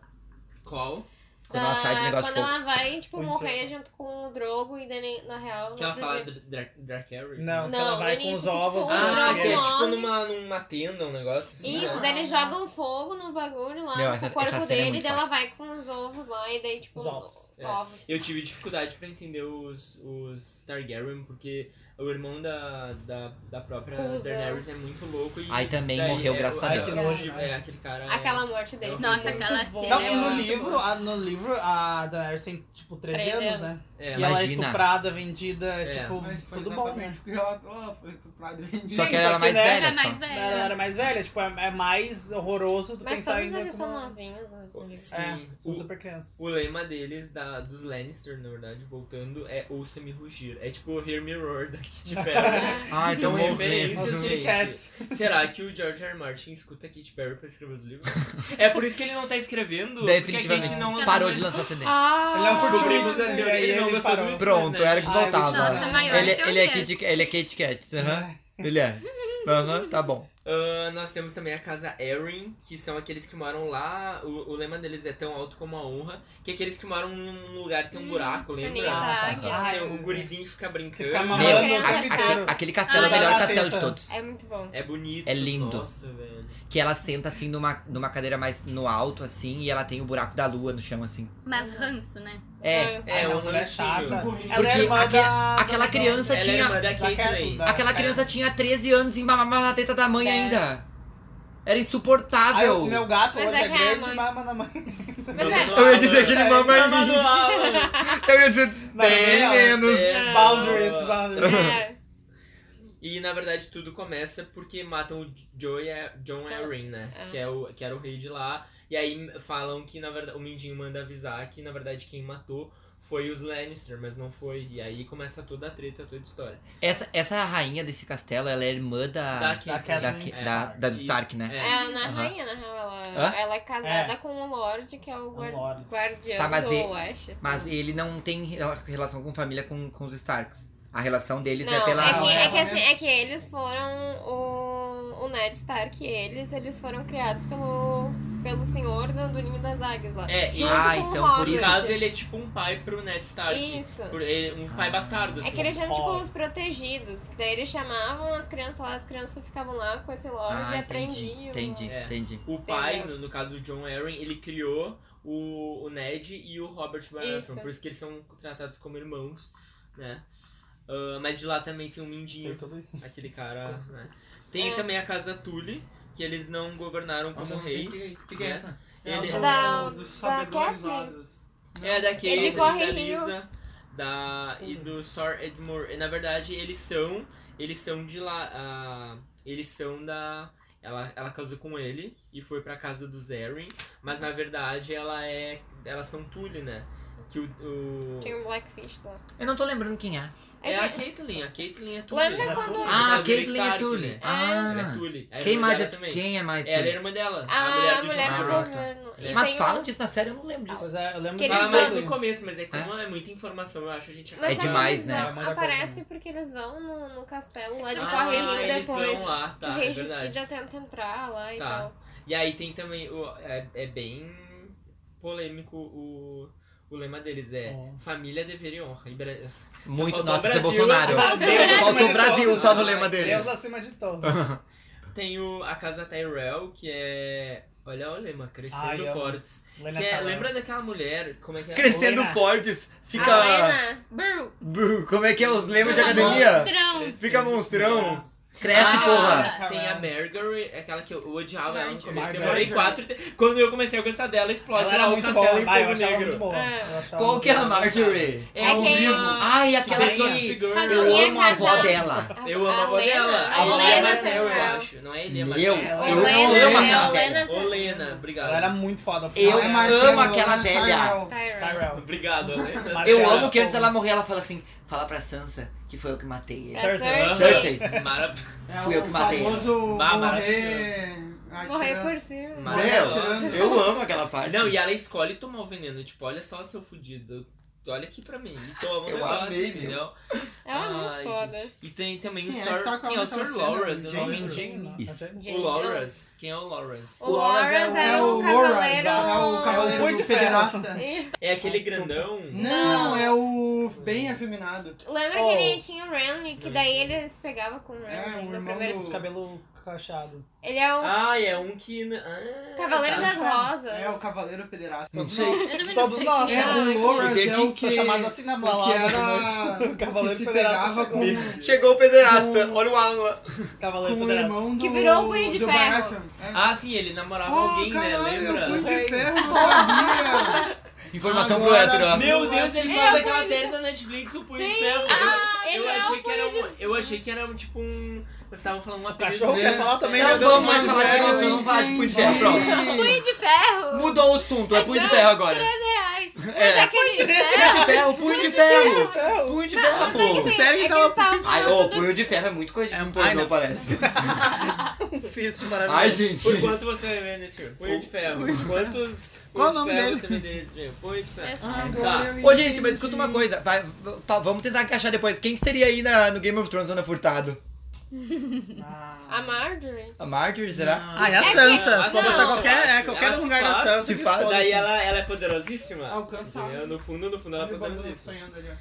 Speaker 2: Qual?
Speaker 1: Quando ela sai do negócio
Speaker 4: Ah, Quando
Speaker 1: fogo.
Speaker 4: ela vai, tipo,
Speaker 5: Onde
Speaker 4: morrer junto com o Drogo e daí, nem- na real.
Speaker 2: Que
Speaker 4: no
Speaker 2: ela
Speaker 4: outro
Speaker 2: fala
Speaker 4: dia-
Speaker 2: Dracarys?
Speaker 5: Não, que
Speaker 4: Não,
Speaker 5: ela
Speaker 4: no
Speaker 5: vai com
Speaker 4: início
Speaker 5: os
Speaker 4: que, tipo,
Speaker 5: ovos.
Speaker 4: um
Speaker 5: né,
Speaker 2: Ah,
Speaker 4: Drogo
Speaker 2: que é
Speaker 5: porque-
Speaker 2: tipo
Speaker 4: morre.
Speaker 2: numa, numa tenda, um negócio assim.
Speaker 4: Isso,
Speaker 2: né?
Speaker 4: daí eles jogam fogo no bagulho lá,
Speaker 1: Meu,
Speaker 4: no
Speaker 1: essa-
Speaker 4: corpo
Speaker 1: essa cena é
Speaker 4: dele,
Speaker 1: muito
Speaker 4: daí ela vai com os ovos lá e daí, tipo.
Speaker 5: Os ovos,
Speaker 2: é.
Speaker 4: ovos.
Speaker 2: Eu tive dificuldade pra entender os, os Targaryen, porque o irmão da, da, da própria
Speaker 4: Cusão.
Speaker 2: Daenerys é muito louco e.
Speaker 1: Aí também
Speaker 2: daí
Speaker 1: morreu,
Speaker 2: é-
Speaker 1: graças a
Speaker 2: ai, que
Speaker 1: Deus.
Speaker 2: nojo, É, aquele cara. é-
Speaker 4: Aquela morte dele.
Speaker 3: Nossa,
Speaker 4: Muito
Speaker 3: aquela
Speaker 4: bom.
Speaker 3: cena
Speaker 5: Não,
Speaker 3: Ele é
Speaker 5: e no
Speaker 3: muito
Speaker 5: livro, a, no livro, a Daenerys tem, tipo, 13
Speaker 4: 13
Speaker 5: anos,
Speaker 4: anos.
Speaker 5: né?
Speaker 2: é,
Speaker 5: e
Speaker 2: mas-
Speaker 5: ela é
Speaker 1: imagina.
Speaker 5: estuprada, vendida,
Speaker 2: É.
Speaker 5: tipo,
Speaker 6: Mas foi
Speaker 5: tudo bom, né?
Speaker 6: exatamente porque ela oh, foi estuprada e vendida.
Speaker 1: Só
Speaker 5: Sim,
Speaker 1: que é ela
Speaker 5: só
Speaker 1: era
Speaker 5: que,
Speaker 1: mais
Speaker 5: né,
Speaker 1: velha. só.
Speaker 3: Era é mais
Speaker 5: Ela
Speaker 3: velha.
Speaker 5: era mais velha, tipo, é, é mais horroroso do
Speaker 4: É, Mas
Speaker 5: pensar
Speaker 4: todos
Speaker 5: ainda
Speaker 4: eles
Speaker 5: como...
Speaker 4: são
Speaker 5: uma-
Speaker 4: novinhos nos livros.
Speaker 5: É,
Speaker 2: Sim.
Speaker 5: são
Speaker 2: O-
Speaker 5: super crianças.
Speaker 2: O lema deles, da, dos Lannister, na verdade, voltando, é ouça-me rugir. É tipo Hear Me Roar daqui de Perry.
Speaker 1: Ai,
Speaker 2: São
Speaker 1: eu vou ver.
Speaker 2: referências,
Speaker 5: Os
Speaker 2: gente.
Speaker 5: Cats.
Speaker 2: Será que o George R. R. Martin escuta Kit Perry pra escrever os livros? É por isso que ele não tá escrevendo? Porque a
Speaker 1: Definitivamente.
Speaker 2: gente não
Speaker 4: Tá
Speaker 2: lançou
Speaker 1: Parou
Speaker 2: mais-
Speaker 1: de lançar CD.
Speaker 4: Ah!
Speaker 5: Ele é um
Speaker 2: Descobrimos
Speaker 5: curtiu,
Speaker 2: a
Speaker 5: né?
Speaker 2: teoria,
Speaker 5: E aí
Speaker 2: ele não
Speaker 5: ele
Speaker 2: gostou
Speaker 5: parou.
Speaker 2: muito,
Speaker 1: Pronto,
Speaker 2: né?
Speaker 1: era o que
Speaker 5: Ah, eu
Speaker 1: voltava.
Speaker 5: vou te
Speaker 3: Nossa,
Speaker 5: É.
Speaker 3: maior
Speaker 1: Ele,
Speaker 3: que eu
Speaker 1: ele, é
Speaker 3: vi.
Speaker 1: Kit, ele é Kate Kat. Aham. Ele é. Aham, tá bom.
Speaker 2: Ah, nós temos também a casa Erin, que são aqueles que moram lá. O, o lema deles é tão alto como a honra, que é aqueles que moram num lugar que tem um
Speaker 4: Hum,
Speaker 2: buraco,
Speaker 4: bonita,
Speaker 2: lembra?
Speaker 5: Ah,
Speaker 4: águia.
Speaker 5: tá.
Speaker 2: Tem
Speaker 5: Ai,
Speaker 2: o gurizinho que fica brincando.
Speaker 5: Fica
Speaker 1: Meu,
Speaker 5: mamando
Speaker 4: Ele é
Speaker 5: o tempo
Speaker 4: engraçado.
Speaker 1: aque-
Speaker 5: inteiro.
Speaker 1: aquele castelo é
Speaker 4: Ah,
Speaker 1: o melhor
Speaker 5: dá
Speaker 1: castelo de
Speaker 5: teta.
Speaker 1: todos.
Speaker 4: É muito bom.
Speaker 2: É bonito.
Speaker 1: É lindo.
Speaker 2: Nossa, velho.
Speaker 1: Que ela senta assim numa, numa cadeira mais no alto, assim, e ela tem o buraco da lua no chão, assim.
Speaker 3: Mas ranço, né?
Speaker 1: É.
Speaker 4: Dança.
Speaker 2: É,
Speaker 5: Ai,
Speaker 2: um
Speaker 5: não, mulher
Speaker 2: ranchinho.
Speaker 5: chata.
Speaker 6: Burrinho.
Speaker 5: Ela é
Speaker 1: Porque
Speaker 5: irmã
Speaker 1: aque-
Speaker 5: da-
Speaker 1: aquela
Speaker 5: da-
Speaker 1: criança
Speaker 5: da-
Speaker 2: Ela é irmã da
Speaker 5: da
Speaker 2: Caitlyn.
Speaker 5: Caitlyn, da-
Speaker 1: Aquela
Speaker 5: cara.
Speaker 1: criança tinha 13 anos e mamava na teta da mãe
Speaker 4: É.
Speaker 1: ainda. Era
Speaker 5: Ah,
Speaker 1: insuportável.
Speaker 5: eu- o meu gato
Speaker 4: Mas
Speaker 5: hoje
Speaker 4: é
Speaker 5: é,
Speaker 4: que é a
Speaker 5: grande
Speaker 4: mãe.
Speaker 5: e mama na mãe.
Speaker 4: é.
Speaker 1: Eu ia dizer que ele é mama em
Speaker 2: Mama
Speaker 1: mim.
Speaker 2: do Alan.
Speaker 1: Eu ia dizer,
Speaker 5: Não, não,
Speaker 2: É.
Speaker 5: Boundaries, boundaries.
Speaker 4: É.
Speaker 2: E na verdade tudo começa porque matam o Joe e a- John
Speaker 4: John.
Speaker 2: Arryn, né?
Speaker 4: É.
Speaker 2: Que, é o, que era o rei de lá. E aí falam que na verdade o Mindinho manda avisar que na verdade quem matou foi os Lannister, mas não foi. E aí começa toda a treta, toda a história.
Speaker 1: Essa, essa rainha desse castelo, ela é irmã da.
Speaker 2: Catelyn.
Speaker 5: da Catelyn
Speaker 1: da- da- da Stark, né?
Speaker 2: né? É.
Speaker 4: É a Ana
Speaker 1: Aham.
Speaker 4: Rainha, na real.
Speaker 1: Hã?
Speaker 4: Ela, ela é casada com o Lorde, que é o guar-
Speaker 5: É um lorde.
Speaker 4: guardião
Speaker 1: Tá, mas
Speaker 4: do
Speaker 1: e-
Speaker 4: Oeste. assim.
Speaker 1: Mas ele não tem rela- relação com família com, com os Starks. A relação deles
Speaker 4: Não,
Speaker 1: é pela.
Speaker 4: é, que, é, que,
Speaker 6: Ah,
Speaker 4: assim, é que eles foram. O, o Ned Stark e eles, eles foram criados pelo, pelo senhor do, do Ninho das Águias lá.
Speaker 2: É, e
Speaker 4: Junto
Speaker 1: Ah,
Speaker 4: com o
Speaker 1: então, por
Speaker 4: Robert.
Speaker 2: no
Speaker 1: isso-
Speaker 2: caso ele é tipo um pai pro Ned Stark.
Speaker 4: Isso.
Speaker 2: Por- ele- um pai
Speaker 1: Ah.
Speaker 2: bastardo,
Speaker 4: É
Speaker 2: assim.
Speaker 4: que eles chamam, tipo,
Speaker 5: Ó.
Speaker 4: os protegidos. Que daí eles chamavam as crianças lá, as crianças ficavam lá com esse lorde
Speaker 1: Ah,
Speaker 4: e
Speaker 1: entendi.
Speaker 4: aprendiam.
Speaker 1: Entendi,
Speaker 2: É.
Speaker 1: entendi.
Speaker 2: O
Speaker 4: Entendeu?
Speaker 2: pai, no, no caso do John Arryn, ele criou o, o Ned e o Robert Baratheon.
Speaker 4: Isso.
Speaker 2: Por isso que eles são tratados como irmãos, né? Ah, mas de lá também tem o Mindinho,
Speaker 5: Sei tudo isso.
Speaker 2: aquele cara,
Speaker 5: Como
Speaker 2: né? Tem
Speaker 4: É.
Speaker 2: também a Casa Tully, que eles não governaram como
Speaker 1: Nossa, eu não sei o
Speaker 2: reis.
Speaker 1: que é isso. O que que é
Speaker 2: né?
Speaker 1: essa?
Speaker 6: É
Speaker 2: Ele-
Speaker 6: do-
Speaker 4: Da-
Speaker 6: dos
Speaker 4: da
Speaker 6: sabedorizados.
Speaker 2: É da Kate,
Speaker 4: Ele corre
Speaker 2: da
Speaker 4: rio. Uhum.
Speaker 2: Lisa, da, e do Sor Edmure. E, Na verdade, eles são. Eles são de lá. ah, eles são da. Ela, ela casou com ele e foi pra casa do Zeryn, mas na verdade ela é. Elas são Tully, né? Que o. o-
Speaker 4: Tinha um Blackfish lá.
Speaker 1: Eu não tô lembrando quem é.
Speaker 2: é a
Speaker 4: que-
Speaker 2: Caitlyn, a Caitlyn é Tully.
Speaker 4: Lembra
Speaker 5: Ela é
Speaker 4: quando.
Speaker 5: Tully.
Speaker 1: Ah,
Speaker 2: da
Speaker 1: Caitlyn é
Speaker 2: Stark,
Speaker 1: Tully.
Speaker 2: né? Ela é
Speaker 1: Ah.
Speaker 2: Tully. A
Speaker 1: Quem
Speaker 2: irmã
Speaker 1: mais
Speaker 2: dela
Speaker 1: é,
Speaker 2: também.
Speaker 1: quem é mais?
Speaker 2: Ela é a
Speaker 1: Tully?
Speaker 2: irmã dela.
Speaker 4: Ah, a
Speaker 2: do
Speaker 4: mulher do
Speaker 1: Ah,
Speaker 2: John.
Speaker 1: tá.
Speaker 4: governo. E
Speaker 1: Mas
Speaker 4: tem um-
Speaker 1: fala
Speaker 4: o-
Speaker 1: disso na série, eu não lembro disso.
Speaker 5: Pois é, eu
Speaker 4: Tá.
Speaker 5: lembro
Speaker 4: Que
Speaker 5: de
Speaker 2: Fala
Speaker 4: eles
Speaker 2: mais
Speaker 4: vão-
Speaker 2: no começo, mas é como é, muita informação, eu acho, a gente
Speaker 4: Mas
Speaker 1: É
Speaker 4: sabe que
Speaker 1: demais,
Speaker 4: eles
Speaker 1: né?
Speaker 4: vão-
Speaker 5: É muita coisa,
Speaker 4: Aparece
Speaker 5: né?
Speaker 4: porque eles vão no, no castelo lá de
Speaker 2: Ah,
Speaker 4: Corre Rio
Speaker 2: eles
Speaker 4: depois.
Speaker 2: vão lá, tá,
Speaker 4: que
Speaker 2: é
Speaker 4: Regicida
Speaker 2: verdade.
Speaker 4: tenta entrar lá e
Speaker 2: Tá.
Speaker 4: tal.
Speaker 2: E aí tem também, o, é, é bem polêmico o, o lema deles, é
Speaker 5: É.
Speaker 2: família, dever e honra. E Bra- Só
Speaker 1: Muito,
Speaker 2: faltou
Speaker 1: nossa, isso é
Speaker 2: Brasil.
Speaker 1: Bolsonaro.
Speaker 5: Só Deus
Speaker 1: Faltou o
Speaker 5: acima de
Speaker 1: Brasil
Speaker 5: todos. né?
Speaker 1: só no lema
Speaker 5: Deus
Speaker 1: deles.
Speaker 5: acima de todos.
Speaker 2: Tem o, a casa Tyrell, que é... Olha o lema, crescendo
Speaker 5: Ai, amo.
Speaker 2: fortes.
Speaker 5: Lena
Speaker 2: Que é-
Speaker 5: Talon.
Speaker 2: lembra daquela mulher, como é que é?
Speaker 1: Crescendo
Speaker 5: Lena.
Speaker 1: fortes,
Speaker 3: A
Speaker 1: fica.
Speaker 3: Lena. Bru.
Speaker 1: Bu, Como é que é os lemas de
Speaker 3: Ela
Speaker 1: academia?
Speaker 3: Monstrão.
Speaker 1: Fica monstrão. Cresce,
Speaker 2: Ah,
Speaker 1: porra.
Speaker 2: Tem a Margaret, aquela que eu odiava ela no começo.
Speaker 5: Margaret.
Speaker 2: Demorei quatro. te- Quando eu comecei a gostar dela, explode lá
Speaker 5: Ela era
Speaker 2: o
Speaker 5: muito
Speaker 2: castelo
Speaker 5: boa.
Speaker 2: em
Speaker 5: Vai, eu
Speaker 2: fogo
Speaker 5: achava muito
Speaker 2: negro.
Speaker 5: boa.
Speaker 4: É.
Speaker 5: Eu achava
Speaker 1: Qual
Speaker 5: muito
Speaker 1: que é a
Speaker 5: boa.
Speaker 1: Marjorie?
Speaker 2: É,
Speaker 4: É
Speaker 2: um
Speaker 4: quem-
Speaker 2: livro.
Speaker 1: Ai, aquela
Speaker 2: Rainha
Speaker 1: que.
Speaker 2: Figure.
Speaker 4: A
Speaker 1: Eu
Speaker 4: minha
Speaker 1: amo a avó
Speaker 4: casada.
Speaker 1: dela.
Speaker 2: Eu amo a avó
Speaker 4: Lena-
Speaker 2: dela. é
Speaker 4: A
Speaker 2: Helena
Speaker 4: Lena
Speaker 2: Tyrell, eu
Speaker 4: Tyrell.
Speaker 2: acho. Não é
Speaker 1: Meu,
Speaker 2: Helena
Speaker 1: eu
Speaker 2: Tyrell.
Speaker 4: O
Speaker 1: amo
Speaker 4: Lena,
Speaker 1: aquela
Speaker 4: é o
Speaker 1: velha.
Speaker 4: Lena
Speaker 2: Olena,
Speaker 5: Ela era
Speaker 2: obrigado.
Speaker 5: muito foda.
Speaker 1: Eu
Speaker 5: Ela é
Speaker 1: amo
Speaker 5: Marjorie
Speaker 1: aquela
Speaker 6: Tyrell.
Speaker 1: velha.
Speaker 4: Tyrell.
Speaker 5: Tyrell.
Speaker 2: Obrigado, Olena.
Speaker 5: Mas-
Speaker 1: Eu
Speaker 5: Cara,
Speaker 1: amo que antes
Speaker 5: fogo.
Speaker 1: ela morrer, ela fala assim: fala pra Sansa que foi eu que matei ele.
Speaker 4: É
Speaker 5: Cersei. né?
Speaker 4: Cersei.
Speaker 1: Cersei.
Speaker 2: Mara-
Speaker 6: É
Speaker 1: Fui eu
Speaker 6: o
Speaker 1: que matei ela.
Speaker 6: famoso
Speaker 2: Bah,
Speaker 6: morrer...
Speaker 4: Morrer
Speaker 6: atirando.
Speaker 4: por cima.
Speaker 6: Né,
Speaker 2: Maravilhosa.
Speaker 6: atirando.
Speaker 1: eu é, amo aquela parte.
Speaker 2: Não, e ela escolhe tomar o veneno. Tipo, olha só, seu fudido. olha aqui pra mim. E toma um
Speaker 6: Eu
Speaker 2: negócio,
Speaker 6: amei,
Speaker 2: entendeu?
Speaker 4: Ela é muito
Speaker 2: Ai,
Speaker 4: foda.
Speaker 2: gente. E tem também o
Speaker 6: Quem é
Speaker 2: Sir.
Speaker 6: que tá com
Speaker 2: quem é o
Speaker 6: aquela
Speaker 2: Sir
Speaker 6: cena?
Speaker 2: Lawrence?
Speaker 6: O
Speaker 2: O nome
Speaker 6: James
Speaker 2: dele?
Speaker 5: é
Speaker 1: Isso.
Speaker 2: O Lawrence. Quem é o Lawrence?
Speaker 4: O Lawrence
Speaker 5: Lawrence
Speaker 4: era
Speaker 5: é
Speaker 4: um
Speaker 5: o
Speaker 6: Lawrence,
Speaker 4: cavaleiro.
Speaker 6: é o cavaleiro
Speaker 5: Punho
Speaker 6: do
Speaker 5: de
Speaker 6: pederasta.
Speaker 4: E
Speaker 2: É aquele
Speaker 5: Desculpa.
Speaker 2: grandão?
Speaker 6: Não, é o bem afeminado.
Speaker 4: Lembra
Speaker 5: Oh.
Speaker 4: que ele tinha o Renly, que daí ele se pegava com o Renly.
Speaker 6: É, o
Speaker 4: no
Speaker 6: irmão
Speaker 4: primeiro-
Speaker 6: do...
Speaker 5: Cabelo cachado.
Speaker 4: Ele é o
Speaker 2: Ah, é um que. Ah,
Speaker 4: Cavaleiro
Speaker 2: tá.
Speaker 4: das Rosas.
Speaker 6: É o cavaleiro pederasta.
Speaker 1: Não
Speaker 6: sei.
Speaker 3: Eu também não
Speaker 5: Todos
Speaker 3: sei
Speaker 5: nós,
Speaker 3: quem
Speaker 6: É,
Speaker 5: né?
Speaker 3: é.
Speaker 6: o Lawrence é o que...
Speaker 5: chamado assim na
Speaker 6: O que
Speaker 5: balada. né? à
Speaker 6: era...
Speaker 5: noite.
Speaker 6: o
Speaker 5: O Cavaleiro
Speaker 6: que se
Speaker 5: Pederasta
Speaker 6: pegava
Speaker 5: chegou.
Speaker 6: com,
Speaker 1: Chegou o pederasta,
Speaker 6: Com-
Speaker 1: olha o Alan.
Speaker 5: Cavaleiro
Speaker 6: com o
Speaker 5: Pederasta.
Speaker 6: irmão do...
Speaker 4: Que virou o Punho de
Speaker 6: do
Speaker 4: Ferro.
Speaker 6: Barfam. É.
Speaker 2: Ah, sim, ele namorava
Speaker 6: Oh,
Speaker 2: alguém, né?
Speaker 6: caralho,
Speaker 2: Lembra?
Speaker 6: o Punho de
Speaker 5: Lembra?
Speaker 6: Ferro, eu não sabia.
Speaker 1: Informação pro
Speaker 6: Agora-
Speaker 1: hétero, ó.
Speaker 2: Meu Deus, ele
Speaker 4: É,
Speaker 2: faz
Speaker 4: eu
Speaker 2: aquela
Speaker 4: conheço.
Speaker 2: série da Netflix, o Punho de
Speaker 4: Sim.
Speaker 2: Ferro.
Speaker 4: Ah,
Speaker 2: eu,
Speaker 4: ele é
Speaker 2: achei
Speaker 4: o
Speaker 2: que era um, eu achei que era um tipo um. Vocês estavam falando uma
Speaker 5: cachorro
Speaker 6: quer falar né?
Speaker 5: também,
Speaker 1: Não
Speaker 5: meu Deus,
Speaker 1: vamos mais
Speaker 5: mas
Speaker 1: falar de
Speaker 5: velho,
Speaker 1: Pinocho, não fala de Punho de Ferro, pronto.
Speaker 6: pronto.
Speaker 3: Punho de ferro! tipo
Speaker 1: Mudou o assunto, é Punho de Ferro agora.
Speaker 4: reais. Mas
Speaker 1: É.
Speaker 4: é que a gente
Speaker 1: Punho de Ferro, é Punho de Ferro.
Speaker 5: Ferro.
Speaker 1: Punho de Ferro,
Speaker 4: é que
Speaker 1: pô.
Speaker 5: Sério que
Speaker 4: eles
Speaker 5: tava
Speaker 4: estavam
Speaker 1: Ai,
Speaker 4: falando
Speaker 1: ô,
Speaker 4: do-
Speaker 1: Punho de Ferro é muito coisa de
Speaker 5: É,
Speaker 1: um
Speaker 5: ai,
Speaker 1: pornô,
Speaker 5: não.
Speaker 1: parece.
Speaker 5: Um fist
Speaker 1: Ai,
Speaker 5: maravilhoso.
Speaker 1: gente.
Speaker 2: Por quanto você vai ver nesse filme? Punho de Ferro. Quantos.
Speaker 5: Qual
Speaker 2: punhos
Speaker 5: o nome
Speaker 2: de ferro
Speaker 5: dele?
Speaker 2: Você vai ver nesse filme? Punho de
Speaker 4: É,
Speaker 2: Ferro.
Speaker 6: Agora eu
Speaker 1: Ô, gente, mas
Speaker 6: entendi.
Speaker 1: escuta uma coisa. vai- tá, vamos tentar encaixar depois. Quem que seria aí na- no Game of Thrones, Ana Furtado?
Speaker 6: Ah.
Speaker 4: A Marjorie?
Speaker 1: A Marjorie, será?
Speaker 5: Ah, é a
Speaker 4: É que-
Speaker 5: Sansa.
Speaker 2: não,
Speaker 5: Pode botar
Speaker 4: não,
Speaker 5: qualquer,
Speaker 2: eu
Speaker 5: é,
Speaker 2: acho.
Speaker 5: qualquer
Speaker 2: Ela se
Speaker 5: lugar da
Speaker 2: faz,
Speaker 5: Sansa.
Speaker 1: se
Speaker 5: que
Speaker 1: faz.
Speaker 5: foda-se.
Speaker 2: Daí ela, ela é poderosíssima.
Speaker 6: Alcançável.
Speaker 2: Entendeu? No fundo, no fundo, ela é
Speaker 6: Olha o Barba
Speaker 2: poderosíssima.
Speaker 6: sonhando ali, ó.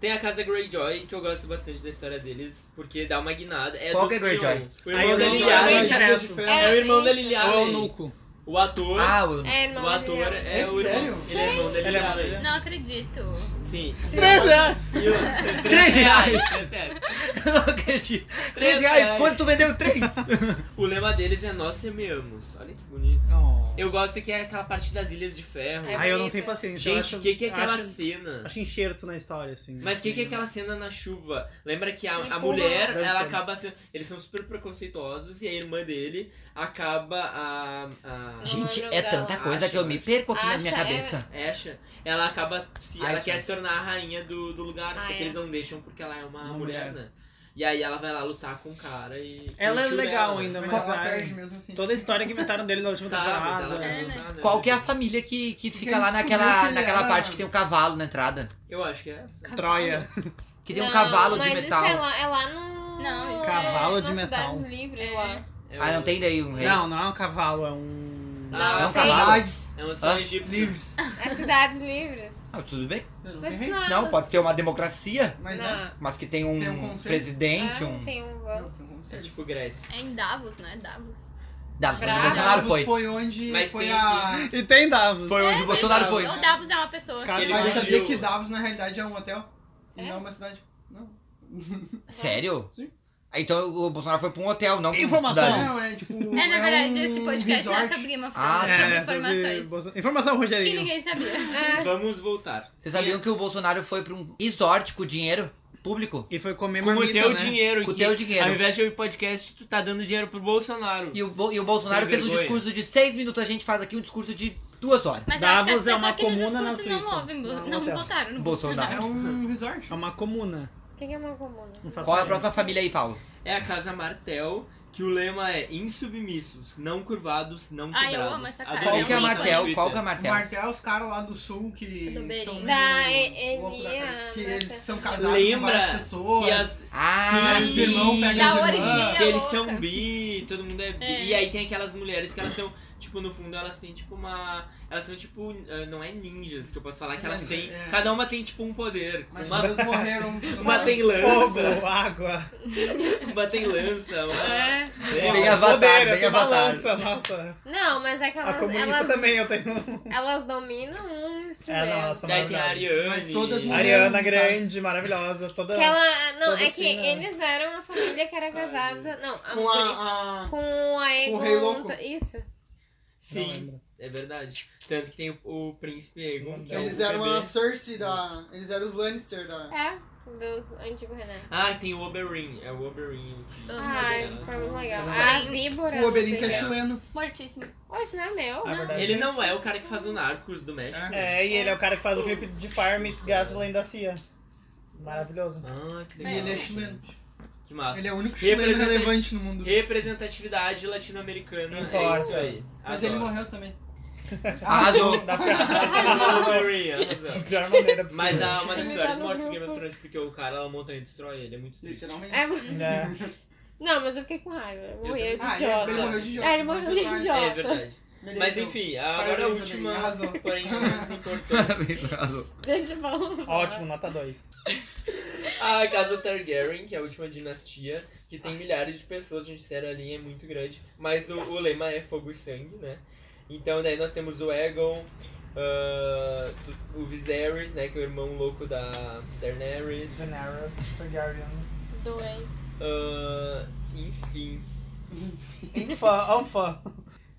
Speaker 2: Tem a casa Greyjoy, que eu gosto bastante da história deles, porque dá uma guinada. É
Speaker 1: Qual
Speaker 2: do
Speaker 1: que é
Speaker 2: Theon.
Speaker 1: Greyjoy?
Speaker 2: O
Speaker 5: Aí
Speaker 2: irmão da
Speaker 5: eu não
Speaker 6: Ah,
Speaker 5: lembro.
Speaker 2: Liliana.
Speaker 6: Punho de Ferro.
Speaker 2: É o irmão da
Speaker 5: Ou
Speaker 2: Liliana.
Speaker 5: é o Nuco?
Speaker 2: O ator.
Speaker 1: Ah, o...
Speaker 4: É, irmão
Speaker 2: O
Speaker 4: da
Speaker 2: ator
Speaker 4: Juliana.
Speaker 2: é,
Speaker 6: É
Speaker 2: o irmão.
Speaker 6: sério?
Speaker 2: Ele é irmão da
Speaker 5: Ele é irmão
Speaker 2: Liliana.
Speaker 3: Não acredito.
Speaker 2: Sim.
Speaker 5: Três reais.
Speaker 2: E o-
Speaker 1: Três
Speaker 2: Três
Speaker 1: reais.
Speaker 2: reais. três reais.
Speaker 1: Eu não acredito.
Speaker 2: Três
Speaker 1: 3 reais,
Speaker 2: reais.
Speaker 1: quanto tu vendeu? 3?
Speaker 2: O lema deles é Nós semeamos. Olha que bonito.
Speaker 5: Oh.
Speaker 2: Eu gosto que é aquela parte das Ilhas de Ferro.
Speaker 4: É
Speaker 5: Ai, eu não
Speaker 4: bonito.
Speaker 5: tenho paciência. eu
Speaker 2: Gente,
Speaker 5: acho-
Speaker 2: o que, que é aquela
Speaker 5: acho-
Speaker 2: cena?
Speaker 5: Acho enxerto na história, assim.
Speaker 2: Mas o que, que é aquela cena na chuva? Lembra que a, a
Speaker 4: Desculpa.
Speaker 2: mulher,
Speaker 5: Deve
Speaker 2: ela
Speaker 5: ser.
Speaker 2: acaba sendo. Eles são super preconceituosos e a irmã dele acaba a. a
Speaker 1: Gente,
Speaker 4: lembro
Speaker 1: é
Speaker 4: dela.
Speaker 1: tanta coisa
Speaker 2: Acho,
Speaker 1: que eu me
Speaker 2: acho.
Speaker 1: perco aqui na minha
Speaker 4: Acha, é.
Speaker 1: cabeça.
Speaker 2: Asha, ela acaba. Se, ela
Speaker 1: Asha.
Speaker 2: quer se tornar a rainha do, do lugar, só
Speaker 4: Ah,
Speaker 2: que
Speaker 4: é.
Speaker 2: eles não deixam porque ela é uma,
Speaker 5: Uma
Speaker 2: mulher,
Speaker 5: mulher.
Speaker 2: né? E aí ela vai lá lutar com o cara e.
Speaker 5: Ela
Speaker 2: e o
Speaker 5: é
Speaker 2: tio
Speaker 5: legal
Speaker 2: dela. né?
Speaker 5: ainda,
Speaker 6: Mas
Speaker 5: mas,
Speaker 6: ela
Speaker 5: ai,
Speaker 6: perde mesmo assim.
Speaker 5: toda a história que inventaram dele na última
Speaker 2: Tá, mas
Speaker 5: temporada.
Speaker 2: ela vai
Speaker 4: É, né?
Speaker 2: lutar, né?
Speaker 1: Qual que é a família que, que fica
Speaker 6: Quem
Speaker 1: lá
Speaker 6: descobriu é né, que é.
Speaker 1: naquela,
Speaker 6: ele
Speaker 1: naquela
Speaker 6: era-
Speaker 1: parte que tem um cavalo na entrada?
Speaker 2: Eu acho que é essa.
Speaker 5: Troia.
Speaker 1: Que tem um
Speaker 4: Não,
Speaker 1: cavalo de
Speaker 4: mas
Speaker 1: metal.
Speaker 4: Isso é, lá, é lá no.
Speaker 3: Não, isso
Speaker 5: Cavalo
Speaker 4: é
Speaker 5: de
Speaker 4: nas
Speaker 5: metal.
Speaker 4: Cidades livres
Speaker 3: É.
Speaker 4: lá.
Speaker 2: É
Speaker 1: Ah,
Speaker 2: um-
Speaker 1: não tem daí um rei.
Speaker 5: Não, não é um cavalo, é um.
Speaker 2: Ah,
Speaker 1: É um
Speaker 4: Não,
Speaker 1: cavalo?
Speaker 6: Cidades
Speaker 2: É um são
Speaker 1: Hã?
Speaker 2: egípcio.
Speaker 6: livres.
Speaker 4: As cidades livres.
Speaker 1: Ah, tudo bem.
Speaker 6: Eu não
Speaker 4: Mas
Speaker 6: errei.
Speaker 4: não.
Speaker 1: Não, pode ser uma democracia,
Speaker 6: Mas
Speaker 4: não.
Speaker 6: é.
Speaker 1: mas que tem um,
Speaker 6: Tem um conselho.
Speaker 1: presidente,
Speaker 4: Ah,
Speaker 1: um.
Speaker 4: Tem um.
Speaker 6: Não, tem como
Speaker 2: É
Speaker 6: ser.
Speaker 2: tipo Grécia.
Speaker 3: É em Davos, não é Davos.
Speaker 1: Davos, quando o
Speaker 4: Bravos.
Speaker 1: Bolsonaro
Speaker 6: Davos
Speaker 1: foi.
Speaker 6: foi onde
Speaker 2: Mas
Speaker 6: foi
Speaker 2: tem
Speaker 6: a.
Speaker 5: E tem Davos.
Speaker 1: Foi onde o Bolsonaro foi.
Speaker 3: Ou Davos é uma pessoa.
Speaker 5: Cara,
Speaker 2: Ele
Speaker 5: Mas
Speaker 6: Mas
Speaker 2: fugiu.
Speaker 6: sabia que Davos na realidade é um hotel? E
Speaker 4: É?
Speaker 6: não é uma cidade. Não.
Speaker 1: Sério?
Speaker 6: Sim.
Speaker 1: Ah, Então o Bolsonaro foi pra um hotel, não pra uma
Speaker 5: Informação.
Speaker 1: cidade.
Speaker 6: Não, é tipo.
Speaker 3: É, na verdade,
Speaker 6: um
Speaker 3: esse podcast é
Speaker 6: resort.
Speaker 3: sobre Game of
Speaker 1: Ah,
Speaker 3: Thrones,
Speaker 1: tá.
Speaker 3: sobre
Speaker 5: É, sobre
Speaker 3: informações
Speaker 5: Bolso- Informação,
Speaker 3: que
Speaker 5: Rogerinho.
Speaker 3: ninguém sabia.
Speaker 2: Vamos voltar.
Speaker 1: Vocês sabiam que o Bolsonaro foi pra um resort com dinheiro público?
Speaker 5: E foi comer
Speaker 2: Com o
Speaker 5: marmita,
Speaker 2: teu
Speaker 5: né?
Speaker 2: dinheiro.
Speaker 1: Com o
Speaker 2: que
Speaker 1: teu dinheiro.
Speaker 2: Ao invés de eu ir podcast, tu tá dando dinheiro pro Bolsonaro.
Speaker 1: E o, Bo- e o Bolsonaro
Speaker 2: Sem
Speaker 1: fez um
Speaker 2: vergonha.
Speaker 1: discurso de seis minutos, a gente faz aqui um discurso de duas horas.
Speaker 3: Mas
Speaker 5: Davos
Speaker 3: acho que
Speaker 5: é
Speaker 3: as
Speaker 5: uma
Speaker 3: pessoas que nos
Speaker 5: comuna na
Speaker 3: escutam
Speaker 5: Suíça.
Speaker 3: Não, ouvem,
Speaker 5: Não,
Speaker 3: não,
Speaker 5: um hotel.
Speaker 3: votaram no
Speaker 1: Bolsonaro.
Speaker 6: É um resort.
Speaker 5: É uma comuna.
Speaker 4: O que que é uma comuna?
Speaker 5: Não faço
Speaker 1: Qual é a
Speaker 5: ideia.
Speaker 1: próxima família aí, Paulo?
Speaker 2: É a Casa Martel, que o lema é insubmissos, não curvados, não
Speaker 3: Ah, eu
Speaker 2: quebrados.
Speaker 3: amo essa casa,
Speaker 2: Adorei.
Speaker 1: Qual que é a
Speaker 3: um ícone.
Speaker 1: Martel? Qual que é a
Speaker 2: Twitter.
Speaker 1: Martel?
Speaker 6: Martel é os caras lá do sul que
Speaker 3: Do Beirinho.
Speaker 6: são meio
Speaker 4: Da E-
Speaker 6: louco da
Speaker 4: Elia,
Speaker 6: cabeça, Que
Speaker 4: Martel.
Speaker 6: eles são casados
Speaker 2: Lembra
Speaker 6: com várias pessoas.
Speaker 2: Que as-
Speaker 1: Ah,
Speaker 2: Sim,
Speaker 6: os irmãos pegam
Speaker 3: Da
Speaker 6: as
Speaker 3: orgia.
Speaker 6: irmãs.
Speaker 2: que eles
Speaker 3: é louca.
Speaker 2: são bi, todo mundo é bi.
Speaker 3: É.
Speaker 2: E aí tem aquelas mulheres que elas são, tipo, no fundo elas têm tipo uma. Elas são tipo. ah, Não é ninjas que eu posso falar, que elas
Speaker 6: Ninja,
Speaker 2: têm.
Speaker 6: é.
Speaker 2: Cada uma tem tipo um poder.
Speaker 6: Mas
Speaker 2: uma,
Speaker 6: todas morreram. todas.
Speaker 2: uma tem lança,
Speaker 5: Fogo, água.
Speaker 2: uma tem lança. Uma...
Speaker 4: É.
Speaker 2: É,
Speaker 1: Bem avatar,
Speaker 5: Poder, eu
Speaker 1: bem
Speaker 5: tenho uma
Speaker 1: avatar.
Speaker 5: lança, nossa.
Speaker 4: Não, mas é que
Speaker 5: A
Speaker 4: elas,
Speaker 5: comunista
Speaker 6: tá
Speaker 4: elas,
Speaker 5: também eu tenho.
Speaker 4: elas dominam um instrumento.
Speaker 5: É, nossa,
Speaker 2: Daí tem a Ariane.
Speaker 6: Mas todas mulheres.
Speaker 5: Ariana Grande, maravilhosa. Toda.
Speaker 4: Que ela. Não,
Speaker 5: Toda
Speaker 4: é que
Speaker 5: assim, né?
Speaker 4: eles eram a família que era casada. Não, a
Speaker 6: Com
Speaker 4: mulher-
Speaker 6: a. a-
Speaker 4: com a
Speaker 6: com o Rei
Speaker 4: Egon.
Speaker 6: Louco.
Speaker 4: Isso.
Speaker 5: Não
Speaker 2: Sim,
Speaker 5: lembro.
Speaker 2: é verdade. Tanto que tem o, o príncipe Egon, que é o
Speaker 6: Eles eram
Speaker 2: bebê.
Speaker 6: a Cersei da. Eles eram os Lannister da.
Speaker 4: É. Dos antigos Renan.
Speaker 2: Ah, tem o Oberyn. É o Oberyn. que-
Speaker 4: Ai,
Speaker 2: Oberyn.
Speaker 4: foi muito legal.
Speaker 3: Ah,
Speaker 4: A víbora.
Speaker 6: O Oberyn
Speaker 4: não
Speaker 6: que
Speaker 4: sei
Speaker 6: é
Speaker 4: o quê.
Speaker 6: chileno.
Speaker 3: Mortíssimo.
Speaker 4: Pô, esse não é meu.
Speaker 5: É verdade.
Speaker 2: Ele não é o cara que faz o Narcos do México.
Speaker 5: É, e ele é o cara que faz o clipe de Farm Gasoline da CIA. Maravilhoso.
Speaker 2: Ah, que
Speaker 6: E
Speaker 2: legal.
Speaker 6: ele é chileno.
Speaker 2: Que massa.
Speaker 6: Ele é o único chileno
Speaker 2: Representante-
Speaker 6: relevante no mundo.
Speaker 2: Representatividade latino-americana. É
Speaker 5: Importa.
Speaker 2: isso aí.
Speaker 6: Mas
Speaker 2: Adoro.
Speaker 6: ele morreu também.
Speaker 1: Arrasou.
Speaker 5: Da pior,
Speaker 2: Arrasou, Maria, arrasou.
Speaker 5: da pior maneira possível.
Speaker 2: Mas a, uma das piores mortes do Game of Thrones, é porque o cara ela monta e destrói ele, é muito triste.
Speaker 6: Literalmente.
Speaker 4: É,
Speaker 5: É.
Speaker 4: não, mas eu fiquei com raiva. Eu morri de
Speaker 6: Ah, ele-
Speaker 4: idiota.
Speaker 6: ele morreu de idiota.
Speaker 4: É, ele morreu de
Speaker 6: Muito
Speaker 4: idiota.
Speaker 2: É verdade.
Speaker 6: Mereceu.
Speaker 2: Mas enfim, agora a
Speaker 6: Parabéns,
Speaker 2: última,
Speaker 6: amigo, arrasou.
Speaker 2: porém não menos importante.
Speaker 1: Arrasou.
Speaker 4: Deixa eu falar.
Speaker 5: Ótimo, nota 2.
Speaker 2: A casa Targaryen, que é a última dinastia, que tem milhares de pessoas, a gente disseram a linha é muito grande, mas o, o lema é fogo e sangue, né? Então daí nós temos o Aegon, ah, tu- o Viserys, né, que é o irmão louco da Daenerys,
Speaker 5: Daenerys Targaryen.
Speaker 4: Doei.
Speaker 2: ah, enfim,
Speaker 5: Infã, anfã.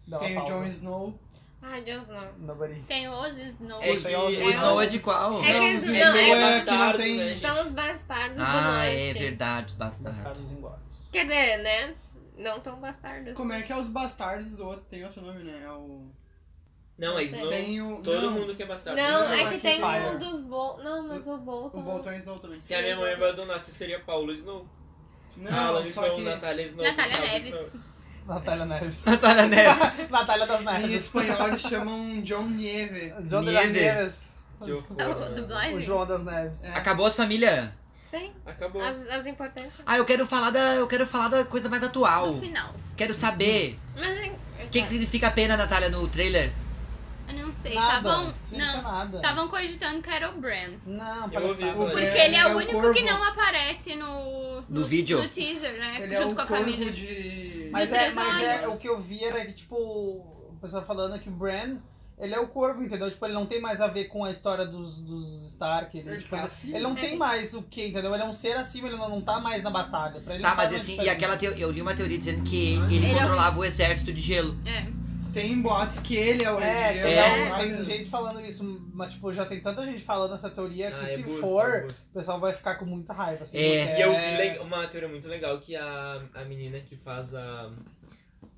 Speaker 5: Dá uma
Speaker 6: Tem o
Speaker 5: pausa.
Speaker 6: Jon Snow.
Speaker 4: Ai, Deus não.
Speaker 5: Nobody.
Speaker 3: Tem os Snow.
Speaker 1: O
Speaker 2: É que-
Speaker 1: Snow é de qual?
Speaker 3: É
Speaker 6: Não,
Speaker 3: que-
Speaker 6: o Snow
Speaker 3: não,
Speaker 2: é
Speaker 6: é
Speaker 2: que-
Speaker 6: que não tem...
Speaker 2: Bastardo,
Speaker 4: São os bastardos do
Speaker 1: Ah,
Speaker 4: norte.
Speaker 1: é verdade, bastardo.
Speaker 5: Bastardos embora.
Speaker 4: Quer dizer, né? Não tão bastardos.
Speaker 6: Como é que é os bastardos do outro? Tem outro nome, né? É o...
Speaker 2: não, é Snow,
Speaker 6: Tem o...
Speaker 2: todo
Speaker 6: não,
Speaker 2: mundo quer bastardo.
Speaker 4: Não,
Speaker 6: Não,
Speaker 4: é
Speaker 6: é
Speaker 4: que
Speaker 6: que
Speaker 4: tem
Speaker 5: fire.
Speaker 4: um dos Bol... Não, mas o Bolton...
Speaker 6: O Bolton é Snow também.
Speaker 2: Se a minha mãe abandonasse, seria Paulo Snow.
Speaker 6: Não,
Speaker 2: Alan
Speaker 6: só
Speaker 2: Snow,
Speaker 6: que...
Speaker 2: Natália Snow,
Speaker 3: Natália
Speaker 2: Gustavo
Speaker 3: Neves.
Speaker 2: Snow.
Speaker 5: Natália Neves.
Speaker 1: Natália Neves.
Speaker 5: Natália das
Speaker 6: Em
Speaker 5: Neves.
Speaker 6: espanhol eles chamam John Nieve.
Speaker 5: João das
Speaker 1: Nieve.
Speaker 5: Neves.
Speaker 2: Que horror,
Speaker 3: É o
Speaker 2: né?
Speaker 5: O
Speaker 3: dublagem?
Speaker 5: João das Neves.
Speaker 6: É.
Speaker 1: Acabou as famílias?
Speaker 4: Sim,
Speaker 2: Acabou.
Speaker 4: as, as importantes.
Speaker 1: Ah, eu quero falar da. Eu quero falar da coisa mais atual.
Speaker 3: No final.
Speaker 1: Quero saber
Speaker 4: Mas... em-
Speaker 1: o que, que significa a pena, Natália, no trailer.
Speaker 3: Eu não sei.
Speaker 5: Nada.
Speaker 3: Estavam.
Speaker 5: tá Sim, É,
Speaker 3: Não.
Speaker 5: nada.
Speaker 3: Estavam cogitando que era o Bran.
Speaker 5: Não,
Speaker 2: Eu ouvi
Speaker 5: palhaçada.
Speaker 2: falar
Speaker 6: Porque
Speaker 3: Porque ele é,
Speaker 6: É, é
Speaker 3: o
Speaker 6: o
Speaker 3: único
Speaker 6: corvo.
Speaker 3: que não aparece no.
Speaker 1: No vídeo.
Speaker 3: No teaser, né?
Speaker 6: Ele é
Speaker 3: Junto
Speaker 6: o
Speaker 3: com a
Speaker 6: corvo
Speaker 3: família.
Speaker 6: de...
Speaker 5: Mas
Speaker 3: De
Speaker 5: é,
Speaker 3: três
Speaker 5: mas é,
Speaker 6: olhos.
Speaker 5: o que eu vi era que, tipo, o pessoal falando que o Bran, ele é o corvo, entendeu? Tipo, ele não tem mais a ver com a história dos, dos Stark. Ele,
Speaker 6: Ele
Speaker 5: tipo,
Speaker 6: tá
Speaker 5: ele-
Speaker 6: acima.
Speaker 5: ele não tem mais o que, entendeu? Ele é um ser acima, ele não, não tá mais na batalha. Pra ele
Speaker 1: Tá,
Speaker 5: não faz
Speaker 1: mas
Speaker 5: mais
Speaker 1: assim, e
Speaker 5: diferença.
Speaker 1: aquela teo- eu li uma teoria dizendo que ele,
Speaker 3: Ele é o-
Speaker 1: controlava o exército de gelo.
Speaker 3: É.
Speaker 6: Tem boatos que ele é o rei
Speaker 5: É,
Speaker 6: de
Speaker 5: tem,
Speaker 6: gelo,
Speaker 1: É.
Speaker 5: um- tem
Speaker 6: mas-
Speaker 5: gente falando isso, mas tipo, já tem tanta gente falando essa teoria que
Speaker 2: Ah, é
Speaker 5: se
Speaker 2: busto,
Speaker 5: for,
Speaker 2: é busto.
Speaker 5: o pessoal vai ficar com muita raiva. Assim,
Speaker 1: É.
Speaker 5: porque
Speaker 2: E eu vi le- uma teoria muito legal que a, a menina que faz a.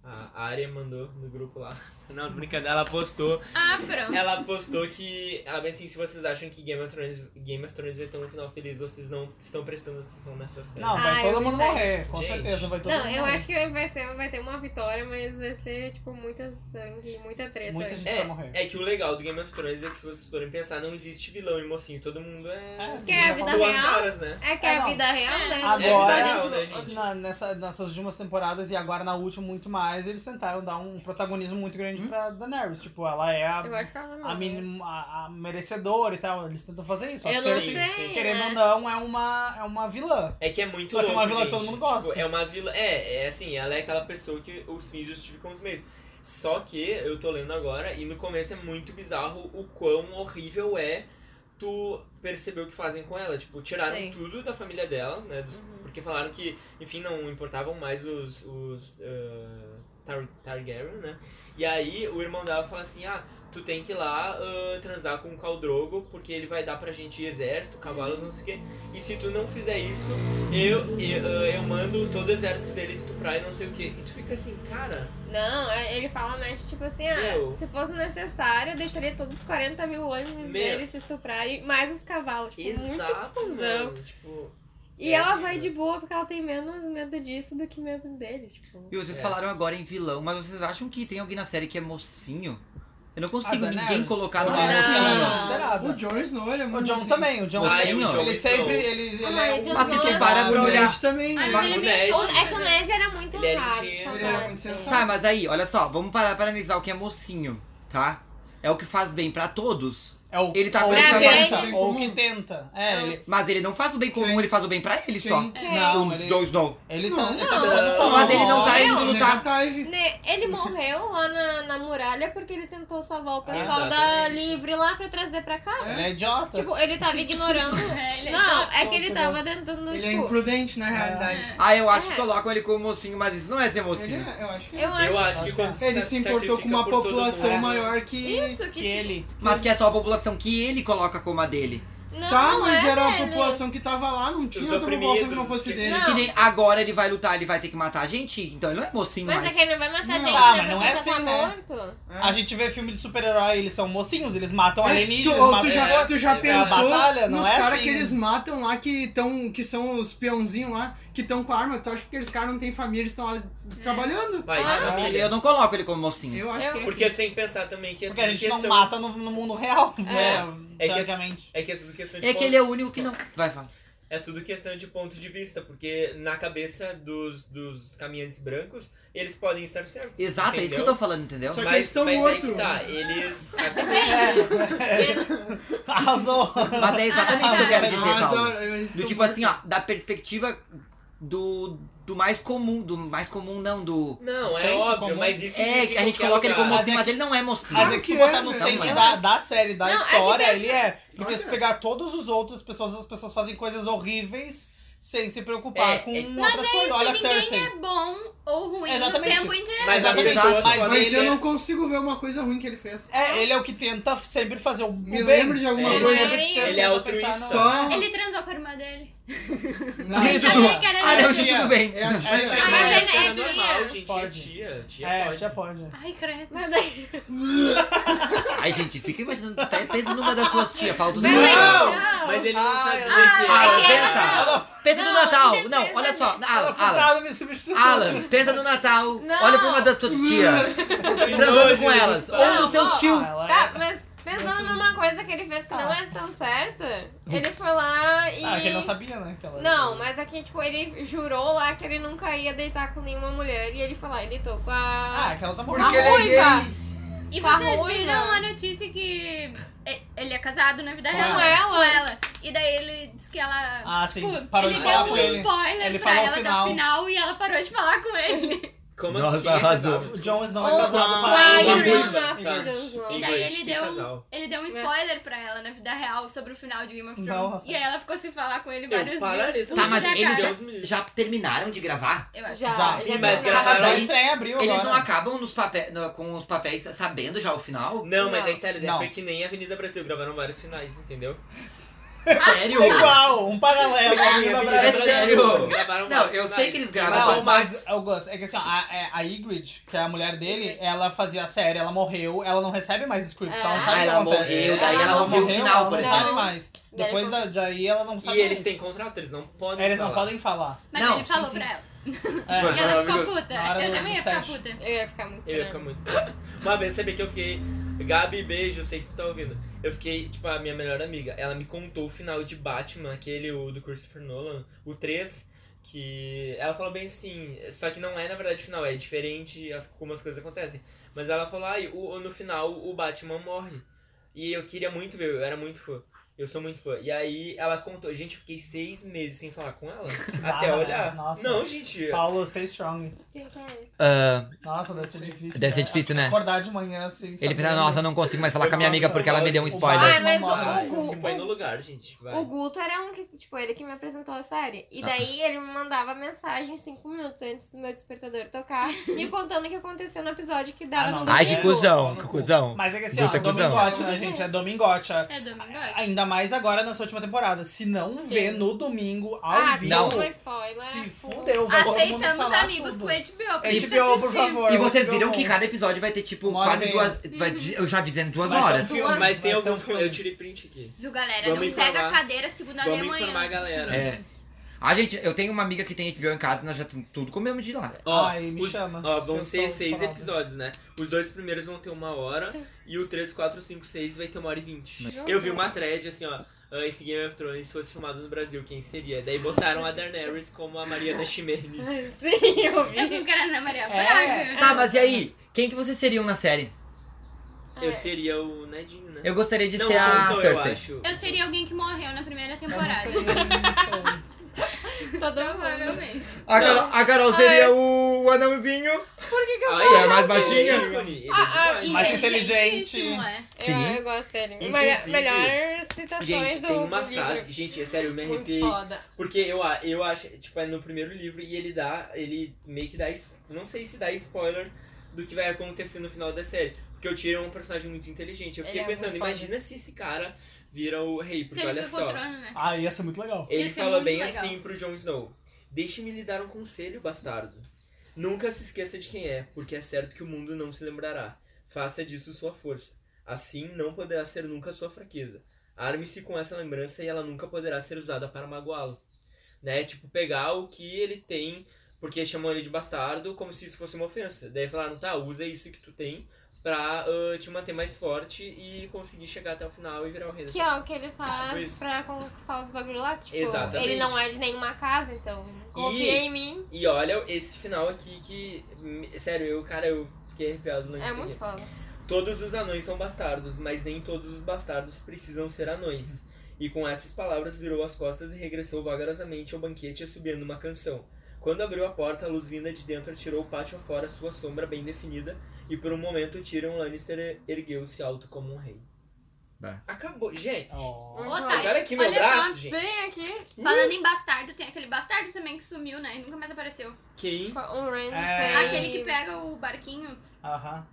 Speaker 2: A Arya mandou no grupo lá. Não, tô brincando, ela postou.
Speaker 3: Ah, pronto.
Speaker 2: Ela postou que. Ela bem assim, se vocês acham que Game of Thrones, Game of Thrones vai ter um final feliz, vocês não estão prestando atenção nessa série.
Speaker 5: Não, vai
Speaker 4: Ah, eu
Speaker 5: todo
Speaker 4: vi
Speaker 5: mundo
Speaker 4: isso aí.
Speaker 5: morrer, com
Speaker 2: Gente.
Speaker 5: certeza, vai todo
Speaker 4: Não,
Speaker 5: mundo
Speaker 4: eu
Speaker 5: morrer.
Speaker 4: acho que vai, ser, vai ter uma vitória, mas vai ser, tipo, muita sangue, muita treta.
Speaker 5: Muita gente
Speaker 2: É,
Speaker 5: vai morrer.
Speaker 2: é que o legal do Game of Thrones é que se vocês forem pensar, não existe vilão e mocinho, todo mundo é.
Speaker 5: É,
Speaker 4: Que é a vida
Speaker 2: duas
Speaker 4: real.
Speaker 2: caras, né?
Speaker 4: É que
Speaker 5: É,
Speaker 4: é a
Speaker 5: não.
Speaker 4: vida real, né?
Speaker 5: Agora- é
Speaker 4: Só a gente-
Speaker 2: né, gente?
Speaker 5: Na- nessa, nessas últimas temporadas e agora na última muito mais, eles tentaram dar um protagonismo muito grande
Speaker 2: Hum?
Speaker 5: pra Daenerys. Tipo, ela é a,
Speaker 4: Eu acho que ela não. né?
Speaker 5: a, minim- a- a merecedora e tal. Eles tentam fazer isso. A
Speaker 4: Eu não
Speaker 5: Cersei,
Speaker 2: Sim,
Speaker 4: sei,
Speaker 2: sim.
Speaker 5: querendo
Speaker 4: né?
Speaker 5: ou não, é uma, é uma vilã.
Speaker 2: É que é muito
Speaker 5: Só que é uma
Speaker 2: louco,
Speaker 5: vilã que
Speaker 2: gente.
Speaker 5: todo mundo gosta.
Speaker 2: Tipo, é uma vilã. É, é assim, ela é aquela pessoa que os fins justificam os meios. Só que eu tô lendo agora e no começo é muito bizarro o quão horrível é tu perceber o que fazem com ela. Tipo, tiraram
Speaker 4: Sim. Uhum.
Speaker 2: tudo da família dela, né? dos- Porque falaram que, enfim, não importavam mais os. os ah, Tar- Targaryen, né? E aí o irmão dela fala assim: ah, tu tem que ir lá ah, transar com o Caldrogo, porque ele vai dar pra gente exército, cavalos, não sei o quê. E se tu não fizer isso, eu, eu, eu mando todo o exército dele estuprar e não sei o que. E tu fica assim, cara,
Speaker 4: Não, é- ele fala mais tipo assim, ah,
Speaker 2: Meu.
Speaker 4: se fosse necessário, eu deixaria todos os 40 mil ônibus
Speaker 2: Meu.
Speaker 4: deles te estuprarem, mais os cavalos. Tipo, muito
Speaker 2: exato,
Speaker 4: confusão.
Speaker 2: mano. Tipo,
Speaker 4: E
Speaker 2: É
Speaker 4: ela
Speaker 2: horrível.
Speaker 4: vai de boa porque ela tem menos medo disso do que medo dele, tipo.
Speaker 1: E vocês
Speaker 2: É.
Speaker 1: falaram agora em vilão, mas vocês acham que tem alguém na série que é mocinho? Eu não consigo
Speaker 5: A Daenerys.
Speaker 1: ninguém colocar no
Speaker 5: Ela
Speaker 1: lugar
Speaker 5: é
Speaker 4: Não.
Speaker 1: mocinho.
Speaker 5: considerada,
Speaker 1: não.
Speaker 5: considerada.
Speaker 6: O Jon Snow, ele é
Speaker 5: O
Speaker 6: muito
Speaker 5: John
Speaker 6: assim.
Speaker 5: também, o John
Speaker 1: Ah,
Speaker 5: Sim,
Speaker 1: o Jon
Speaker 5: ele
Speaker 2: Snow.
Speaker 5: sempre, ele, ele
Speaker 4: Ah,
Speaker 5: é
Speaker 4: o
Speaker 5: um...
Speaker 4: Jon
Speaker 1: Mas se tu
Speaker 4: Snow
Speaker 1: para pra
Speaker 6: O
Speaker 1: olhar.
Speaker 6: Ned também,
Speaker 3: Ah,
Speaker 6: ele-
Speaker 3: mas
Speaker 2: o
Speaker 3: ele
Speaker 2: Ned.
Speaker 3: vem todo.
Speaker 4: É que o Ned era muito
Speaker 2: Ele era
Speaker 4: raro,
Speaker 2: engenheiro.
Speaker 4: sabe? É.
Speaker 6: Ele era muito sensato.
Speaker 1: Tá, mas aí, olha só, vamos parar pra analisar o que é mocinho, tá? É o que faz bem pra todos,
Speaker 5: É o,
Speaker 1: Ele tá
Speaker 5: ou
Speaker 4: preso
Speaker 5: que
Speaker 4: agora.
Speaker 5: tenta, ou
Speaker 6: Ele-
Speaker 5: que tenta. É,
Speaker 4: Não.
Speaker 5: ele...
Speaker 1: mas ele não faz o bem comum,
Speaker 6: Quem?
Speaker 1: ele faz o bem pra ele só.
Speaker 6: Quem?
Speaker 4: Quem?
Speaker 5: Não,
Speaker 1: o
Speaker 5: ele,
Speaker 1: Jon Snow.
Speaker 5: ele tá,
Speaker 6: Não,
Speaker 5: ele tá
Speaker 4: não.
Speaker 5: tentando salvar
Speaker 1: Mas ele não tá
Speaker 5: o-
Speaker 1: indo lutar.
Speaker 6: Negative.
Speaker 4: Né, Ele morreu lá na, na muralha porque ele tentou salvar o pessoal da
Speaker 2: Exatamente.
Speaker 4: livre lá pra trazer pra cá.
Speaker 5: Ele é idiota.
Speaker 4: Tipo, ele tava ignorando.
Speaker 3: É, ele é
Speaker 4: Não, é que
Speaker 5: idiota,
Speaker 4: ele
Speaker 5: né?
Speaker 4: tava tentando.
Speaker 6: Ele é
Speaker 4: tipo,
Speaker 6: imprudente, na realidade.
Speaker 1: Ah, eu acho
Speaker 4: É.
Speaker 1: que colocam ele como mocinho, mas isso não é ser
Speaker 6: Ele
Speaker 1: mocinho.
Speaker 6: é, eu acho que é.
Speaker 4: Eu
Speaker 2: eu
Speaker 4: acho
Speaker 2: acho que
Speaker 5: acho que é.
Speaker 2: quando
Speaker 6: Ele
Speaker 2: sa-
Speaker 6: se importou com
Speaker 2: sacrifica
Speaker 6: uma
Speaker 2: por todo né?
Speaker 6: população
Speaker 2: mundo-
Speaker 6: maior que...
Speaker 4: Isso, que, tipo-
Speaker 5: que ele...
Speaker 1: Mas que é só a população que ele coloca como a dele.
Speaker 4: Não,
Speaker 6: tá,
Speaker 4: não
Speaker 6: mas
Speaker 4: é
Speaker 6: era a
Speaker 4: dele.
Speaker 6: população que tava lá, não tinha
Speaker 2: Os
Speaker 6: outra população que
Speaker 2: oprimidos,
Speaker 6: não fosse
Speaker 2: esqueci.
Speaker 6: dele.
Speaker 4: Não.
Speaker 1: Que nem agora ele vai lutar, ele vai ter que matar a gente, então ele não é mocinho
Speaker 4: Mas é
Speaker 1: mais.
Speaker 4: que ele não vai matar
Speaker 6: Não.
Speaker 4: gente,
Speaker 5: Ah,
Speaker 4: né?
Speaker 5: mas não
Speaker 4: Porque
Speaker 5: é
Speaker 4: já tá
Speaker 5: assim, né?
Speaker 4: morto.
Speaker 6: É.
Speaker 5: A gente vê filme de super-herói, eles são mocinhos, eles matam
Speaker 6: É,
Speaker 5: alienígenas,
Speaker 6: tu,
Speaker 5: matam...
Speaker 6: tu já, tu já
Speaker 2: é a
Speaker 6: pensou
Speaker 5: batalha, não
Speaker 6: nos
Speaker 5: é
Speaker 6: caras
Speaker 5: assim.
Speaker 6: que eles matam lá, que, tão, que são os peãozinhos lá, que estão com arma. Tu acha que aqueles caras não têm família, eles estão lá trabalhando?
Speaker 2: Vai,
Speaker 4: Ah,
Speaker 2: isso é
Speaker 1: Ele-
Speaker 2: sério.
Speaker 1: Eu não coloco ele como mocinho.
Speaker 6: Eu acho
Speaker 4: É. Eu-
Speaker 6: que é assim.
Speaker 2: Porque tu tem que pensar também que é
Speaker 5: Porque a
Speaker 2: tudo
Speaker 5: gente não
Speaker 2: questão-
Speaker 5: mata no, no mundo real, né?
Speaker 2: É que-
Speaker 5: teoricamente.
Speaker 2: É que é tudo questão de
Speaker 1: É que ele é o único que não. Vai, fala.
Speaker 2: É tudo questão de ponto de vista, porque na cabeça dos, dos caminhantes brancos, eles podem estar certos.
Speaker 1: Exato, é isso que eu tô falando, entendeu?
Speaker 6: Só que
Speaker 2: Mas,
Speaker 6: eles estão
Speaker 2: mas aí que
Speaker 6: mortos.
Speaker 2: tá, eles...
Speaker 5: Arrasou.
Speaker 1: Mas é exatamente o que eu quero dizer,
Speaker 6: Mas,
Speaker 1: Paulo.
Speaker 6: ó, eles
Speaker 1: Do
Speaker 6: tão
Speaker 1: tipo
Speaker 6: mortos.
Speaker 1: assim, ó, da perspectiva do, do mais comum, do mais comum não, do.
Speaker 2: Não, é
Speaker 5: Senso
Speaker 2: óbvio,
Speaker 5: comum.
Speaker 2: mas isso
Speaker 1: É,
Speaker 2: existe
Speaker 1: que
Speaker 2: em
Speaker 1: a gente
Speaker 2: qualquer
Speaker 1: coloca ele como
Speaker 2: lugar.
Speaker 1: mocinho, mas ele não é mocinho.
Speaker 5: Mas
Speaker 6: Claro
Speaker 5: é que se tu
Speaker 6: que
Speaker 5: botar
Speaker 6: é,
Speaker 5: no
Speaker 6: velho.
Speaker 5: centro
Speaker 1: Não é.
Speaker 5: da, da série, da
Speaker 4: Não, é que
Speaker 5: história,
Speaker 4: pensa-
Speaker 5: ele é.
Speaker 6: Claro
Speaker 5: Porque se
Speaker 6: que
Speaker 5: tu
Speaker 6: é.
Speaker 5: pegar todos os outros pessoas, as pessoas fazem coisas horríveis sem se preocupar
Speaker 2: É,
Speaker 5: com
Speaker 2: é-
Speaker 5: outras coisas. Olha a
Speaker 3: Isso, ninguém
Speaker 5: Cersei.
Speaker 3: é bom ou ruim
Speaker 5: Exatamente.
Speaker 3: o tempo inteiro.
Speaker 2: Mas as
Speaker 5: Exatamente.
Speaker 2: pessoas
Speaker 1: Mas
Speaker 2: podem
Speaker 6: Mas
Speaker 5: ele-
Speaker 6: eu não consigo ver uma coisa ruim que ele fez.
Speaker 5: É, ele é o que tenta sempre fazer o o
Speaker 6: Me
Speaker 5: bem.
Speaker 6: lembro de alguma
Speaker 2: É,
Speaker 6: coisa.
Speaker 3: ele é
Speaker 5: tenta
Speaker 2: altruísta.
Speaker 5: pensar no-
Speaker 6: Só.
Speaker 3: Ele transou com a irmã dele.
Speaker 6: Não,
Speaker 1: Gente,
Speaker 6: tia.
Speaker 1: Dudu.
Speaker 3: Sabia que era
Speaker 1: Ah, não,
Speaker 5: tia.
Speaker 1: gente, tudo bem.
Speaker 6: É a tia.
Speaker 5: É,
Speaker 2: Ah,
Speaker 5: tia.
Speaker 2: mas
Speaker 3: Mas
Speaker 2: é,
Speaker 3: é- é tia.
Speaker 2: normal, gente. É
Speaker 5: Pode.
Speaker 2: tia. Tia
Speaker 5: É,
Speaker 2: pode.
Speaker 5: já pode.
Speaker 3: Ai, credo.
Speaker 4: Mas é aí...
Speaker 1: Ai, gente, fica imaginando, tá pensa numa das suas tias, Paulo.
Speaker 4: é
Speaker 6: Não!
Speaker 2: Mas ele não
Speaker 5: Ai,
Speaker 2: sabia que...
Speaker 1: Alan,
Speaker 3: Ah, é.
Speaker 1: pensa. Pensa no
Speaker 3: Não,
Speaker 1: Natal.
Speaker 3: não
Speaker 1: Não,
Speaker 3: pensa
Speaker 1: olha só.
Speaker 5: Ela
Speaker 1: Alan,
Speaker 5: foi
Speaker 1: Alan.
Speaker 5: dada, me substituiu.
Speaker 1: Alan, pensa no Natal.
Speaker 3: Não.
Speaker 1: Olha pra uma das suas tias.
Speaker 2: Que
Speaker 1: Transando
Speaker 2: nojo,
Speaker 1: com elas.
Speaker 2: Gustavo.
Speaker 1: Ou no teu
Speaker 4: Não,
Speaker 1: tio.
Speaker 5: Ah, ela é-
Speaker 4: Tá, mas pensando numa coisa que ele fez que
Speaker 5: Tá.
Speaker 4: não é tão certa, ele foi lá e...
Speaker 5: Ah, que ele não sabia, né? que ela-
Speaker 4: Não, mas aqui, tipo, ele jurou lá que ele nunca ia deitar com nenhuma mulher e ele foi lá e deitou com a.
Speaker 5: Ah, que ela tá morta.
Speaker 6: Porque ele é
Speaker 4: ruiva.
Speaker 6: gay.
Speaker 3: E
Speaker 4: Com a
Speaker 3: vocês
Speaker 4: ruiva.
Speaker 3: viram a notícia que e- ele é casado na vida
Speaker 5: Com
Speaker 3: real.
Speaker 4: ela.
Speaker 3: Com ela. E daí ele disse que ela.
Speaker 5: Ah, sim.
Speaker 3: Tipo,
Speaker 5: Parou
Speaker 3: ele
Speaker 5: de
Speaker 3: deu
Speaker 5: falar
Speaker 3: um
Speaker 5: com ele.
Speaker 3: spoiler
Speaker 5: Ele
Speaker 3: pra
Speaker 5: falou o
Speaker 3: ela
Speaker 5: final.
Speaker 3: da final e ela parou de falar com ele.
Speaker 2: Como
Speaker 1: Nossa,
Speaker 2: assim?
Speaker 1: arrasou.
Speaker 5: O Jon Snow é
Speaker 4: Ou-
Speaker 5: casado com
Speaker 3: Ah,
Speaker 5: a é
Speaker 3: Iron
Speaker 5: Igor.
Speaker 3: Man.
Speaker 2: Tá.
Speaker 4: é
Speaker 5: Igor.
Speaker 4: Igor.
Speaker 3: E daí ele
Speaker 2: que
Speaker 3: deu-
Speaker 2: casal.
Speaker 3: Ele
Speaker 4: É.
Speaker 3: deu um spoiler pra ela na vida real sobre o final de Game of Thrones.
Speaker 5: Nossa.
Speaker 3: E aí ela ficou sem falar com ele vários
Speaker 2: Eu pararia
Speaker 3: dias.
Speaker 2: também.
Speaker 1: Tá, mas
Speaker 3: Puta,
Speaker 1: ele
Speaker 3: cara.
Speaker 1: já-
Speaker 2: Deus me livre.
Speaker 1: Já terminaram de gravar?
Speaker 3: Eu acho.
Speaker 4: Já,
Speaker 5: Já,
Speaker 4: já
Speaker 2: sim, mas
Speaker 4: tá-
Speaker 1: gravaram-
Speaker 5: Mas daí
Speaker 1: Eles-
Speaker 5: estreia em abril
Speaker 1: Eles não
Speaker 5: agora.
Speaker 1: acabam nos papéis, no- com os papéis sabendo já o final?
Speaker 2: Não, mas
Speaker 4: Não.
Speaker 2: aí que tá, Lizé,
Speaker 5: Não.
Speaker 2: foi que nem Avenida Brasil, gravaram vários finais, entendeu?
Speaker 1: Sério?
Speaker 5: Igual, um paralelo
Speaker 2: Ah,
Speaker 5: ali
Speaker 2: Avenida
Speaker 5: da
Speaker 1: É
Speaker 5: Brasil.
Speaker 1: sério?
Speaker 2: Gravaram
Speaker 1: Não,
Speaker 2: vários
Speaker 1: eu
Speaker 2: finais.
Speaker 1: sei que eles
Speaker 5: Não,
Speaker 1: gravam,
Speaker 5: mas, Augusto, é que assim, ó, a, é, a Ygritte, que é a mulher dele, ela fazia a série, ela morreu, ela não recebe mais script, ela não
Speaker 4: Ah,
Speaker 5: sabe o
Speaker 1: Ah,
Speaker 5: que
Speaker 1: ela
Speaker 5: acontece.
Speaker 1: morreu, daí
Speaker 4: Ela
Speaker 1: ela não viu o
Speaker 5: morreu,
Speaker 1: final,
Speaker 5: ela
Speaker 1: por
Speaker 5: não
Speaker 1: exemplo.
Speaker 5: sabe mais.
Speaker 4: Daí
Speaker 5: Depois da, daí ela não sabe
Speaker 2: E eles
Speaker 5: mais.
Speaker 2: têm contrato, eles não podem
Speaker 5: Eles não
Speaker 2: falar.
Speaker 5: podem falar.
Speaker 3: Mas
Speaker 1: Não,
Speaker 3: ele
Speaker 1: sim,
Speaker 3: falou
Speaker 1: sim.
Speaker 3: pra ela.
Speaker 5: É.
Speaker 3: E ela ficou puta.
Speaker 5: Na hora
Speaker 3: Eu
Speaker 5: do-
Speaker 3: também ia
Speaker 5: do
Speaker 3: ficar
Speaker 5: sexo.
Speaker 3: puta.
Speaker 4: Eu ia ficar muito.
Speaker 2: Eu ia
Speaker 4: brava.
Speaker 2: ficar muito. Uma vez sabia que eu fiquei. Gabi, beijo, eu sei que tu tá ouvindo. Eu fiquei, tipo, a minha melhor amiga, ela me contou o final de Batman, aquele o do Christopher Nolan, o 3, que ela falou bem assim, só que não é na verdade o final, é diferente as, como as coisas acontecem. Mas ela falou, ai, o, no final o Batman morre. E eu queria muito ver, eu era muito fã. Eu sou muito fã. E aí ela contou, gente, eu fiquei seis meses sem falar com ela. até
Speaker 5: barra,
Speaker 2: olhar.
Speaker 5: né? Nossa.
Speaker 2: Não, gente.
Speaker 5: Paulo, stay strong.
Speaker 4: Quem que é esse?
Speaker 1: Ah,
Speaker 5: Nossa, deve ser difícil.
Speaker 1: Deve ser
Speaker 5: cara.
Speaker 1: difícil, né?
Speaker 5: Acordar de manhã, assim.
Speaker 1: ele
Speaker 5: sabendo-
Speaker 1: pensa, nossa, não consigo mais falar com a minha amiga porque ela me deu um
Speaker 5: O
Speaker 1: spoiler.
Speaker 5: Batman
Speaker 4: Ah, mas o-
Speaker 5: morre. assim,
Speaker 4: o-
Speaker 2: Se põe no lugar, gente. Vai.
Speaker 4: O Guto era um que, tipo, ele que me apresentou a série.
Speaker 5: Ah.
Speaker 4: E daí ele me mandava mensagem cinco minutos antes do meu despertador tocar. me contando o que aconteceu no episódio que dava
Speaker 5: Ah, não,
Speaker 4: no
Speaker 5: não.
Speaker 4: domingo.
Speaker 5: Ai,
Speaker 1: É.
Speaker 5: que
Speaker 1: cuzão,
Speaker 5: que cuzão. Mas é que assim, ó,
Speaker 1: Puta cuzão.
Speaker 5: domingote, né, gente? É domingote. ó.
Speaker 3: É domingo.
Speaker 5: Ainda mais agora nessa última temporada. Se não
Speaker 4: Sim.
Speaker 5: vê no domingo, ao
Speaker 4: Ah,
Speaker 5: vivo,
Speaker 4: não. spoiler.
Speaker 5: se fudeu, vai todo mundo
Speaker 3: Aceitamos
Speaker 5: falar
Speaker 3: amigos
Speaker 5: tudo. É
Speaker 3: com HBO. pra gente
Speaker 5: HBO, por
Speaker 3: assistir.
Speaker 5: favor.
Speaker 1: E vocês
Speaker 2: um
Speaker 1: viram
Speaker 5: HBO.
Speaker 1: que cada episódio vai ter, tipo,
Speaker 5: Uma hora
Speaker 1: quase
Speaker 5: e
Speaker 1: duas.
Speaker 5: meia.
Speaker 1: vai- eu já vi dizendo duas
Speaker 5: Vai ser um
Speaker 1: horas.
Speaker 5: filme,
Speaker 2: Mas tem
Speaker 5: vai ser um
Speaker 2: alguns.
Speaker 5: filme.
Speaker 2: Eu tirei print aqui.
Speaker 3: Viu, galera?
Speaker 2: Vamos
Speaker 3: não pega
Speaker 2: informar.
Speaker 3: a cadeira segunda-feira
Speaker 2: Vamos informar a
Speaker 3: amanhã.
Speaker 2: galera.
Speaker 1: É. Ah, gente, eu tenho uma amiga que tem HBO em casa e nós já t- tudo comemos de lá.
Speaker 2: Ó,
Speaker 5: Ai, me
Speaker 2: os-
Speaker 5: chama.
Speaker 2: ó, vão
Speaker 5: Eu
Speaker 2: ser
Speaker 5: sou
Speaker 2: seis
Speaker 5: brava.
Speaker 2: episódios, né? Os dois primeiros vão ter uma hora e o 3, 4, 5, 6 vai ter uma hora e vinte. Eu vi uma thread assim, ó. ah, Esse Game of Thrones fosse filmado no Brasil, quem seria? Daí botaram a Daenerys como a Mariana Ximenes.
Speaker 4: Sim, eu
Speaker 3: Eu vi
Speaker 4: vi.
Speaker 3: que era Ana Maria
Speaker 5: É.
Speaker 3: Braga.
Speaker 1: Tá, mas e aí? Quem que vocês seriam na série?
Speaker 2: Eu seria o Nedinho, né?
Speaker 1: Eu gostaria de
Speaker 2: não,
Speaker 1: ser a
Speaker 2: não, eu
Speaker 1: Cersei.
Speaker 2: acho.
Speaker 3: Eu seria alguém que morreu na primeira
Speaker 5: Eu não
Speaker 3: temporada.
Speaker 5: sei, eu não sei.
Speaker 4: Todo mundo.
Speaker 3: Provavelmente.
Speaker 1: A Carol, a Carol seria o, o anãozinho.
Speaker 2: Ai,
Speaker 1: Você é mais
Speaker 2: eu não sei,
Speaker 1: baixinha?
Speaker 2: um ícone, ele é
Speaker 4: Ah, ah,
Speaker 2: demais.
Speaker 5: Mais
Speaker 3: Inteligentíssimo, é.
Speaker 1: Sim.
Speaker 4: Eu, eu gosto dele.
Speaker 2: Inclusive,
Speaker 4: melhor citações
Speaker 2: Gente,
Speaker 4: é do
Speaker 2: tem uma
Speaker 4: do livro.
Speaker 2: frase. Gente, é sério, eu me
Speaker 4: Muito
Speaker 2: arrepiei.
Speaker 4: foda.
Speaker 2: Porque eu, a- eu acho, tipo, é no primeiro livro e ele dá, ele meio que dá, es- não sei se dá spoiler do que vai acontecer no final da série. Porque o Tyrion é um personagem muito inteligente. Eu
Speaker 4: Ele
Speaker 2: fiquei
Speaker 4: é muito
Speaker 2: pensando,
Speaker 4: foda.
Speaker 2: imagina se esse cara vira o rei,
Speaker 3: Se
Speaker 2: porque
Speaker 3: ele
Speaker 2: olha
Speaker 3: ficou
Speaker 2: só.
Speaker 3: trono, né?
Speaker 5: Ah, ia ser muito legal.
Speaker 2: Ele
Speaker 3: Ia ser
Speaker 2: fala
Speaker 3: é muito
Speaker 2: bem
Speaker 3: legal.
Speaker 2: assim pro Jon Snow: Deixe-me lhe dar um conselho, bastardo. Nunca se esqueça de quem é, porque é certo que o mundo não se lembrará. Faça disso sua força. Assim não poderá ser nunca sua fraqueza. Arme-se com essa lembrança e ela nunca poderá ser usada para magoá-lo. Né? Tipo, pegar o que ele tem, porque chamam ele de bastardo como se isso fosse uma ofensa. Daí falaram, tá, usa isso que tu tem pra ah, te manter mais forte e conseguir chegar até o final e virar o rei. da
Speaker 4: Que é o que ele
Speaker 2: Tipo
Speaker 4: faz
Speaker 2: isso.
Speaker 4: pra conquistar os bagulho lá. Tipo,
Speaker 2: Exatamente.
Speaker 4: ele não é de nenhuma casa, então confia em mim.
Speaker 2: E olha esse final aqui que. hum, Sério, eu, cara, eu fiquei arrepiado no
Speaker 4: É muito foda.
Speaker 2: Todos os anões são bastardos, mas nem todos os bastardos precisam ser anões. E com essas palavras virou as costas e regressou vagarosamente ao banquete assobiando uma canção. Quando abriu a porta, a luz vinda de dentro atirou o pátio afora sua sombra bem definida, e por um momento Tyrion Lannister ergueu-se alto como um rei.
Speaker 1: Bah.
Speaker 2: Acabou. Gente,
Speaker 5: Ó.
Speaker 4: Uhum.
Speaker 3: Ô, Thay,
Speaker 2: olha aqui meu
Speaker 3: olha
Speaker 2: braço,
Speaker 3: só,
Speaker 2: gente.
Speaker 4: Vem aqui.
Speaker 3: Falando em bastardo, tem aquele bastardo também que sumiu, né? E nunca mais apareceu.
Speaker 2: Quem?
Speaker 4: Um random
Speaker 5: É.
Speaker 4: sem-
Speaker 3: Aquele que pega o barquinho.
Speaker 5: Aham.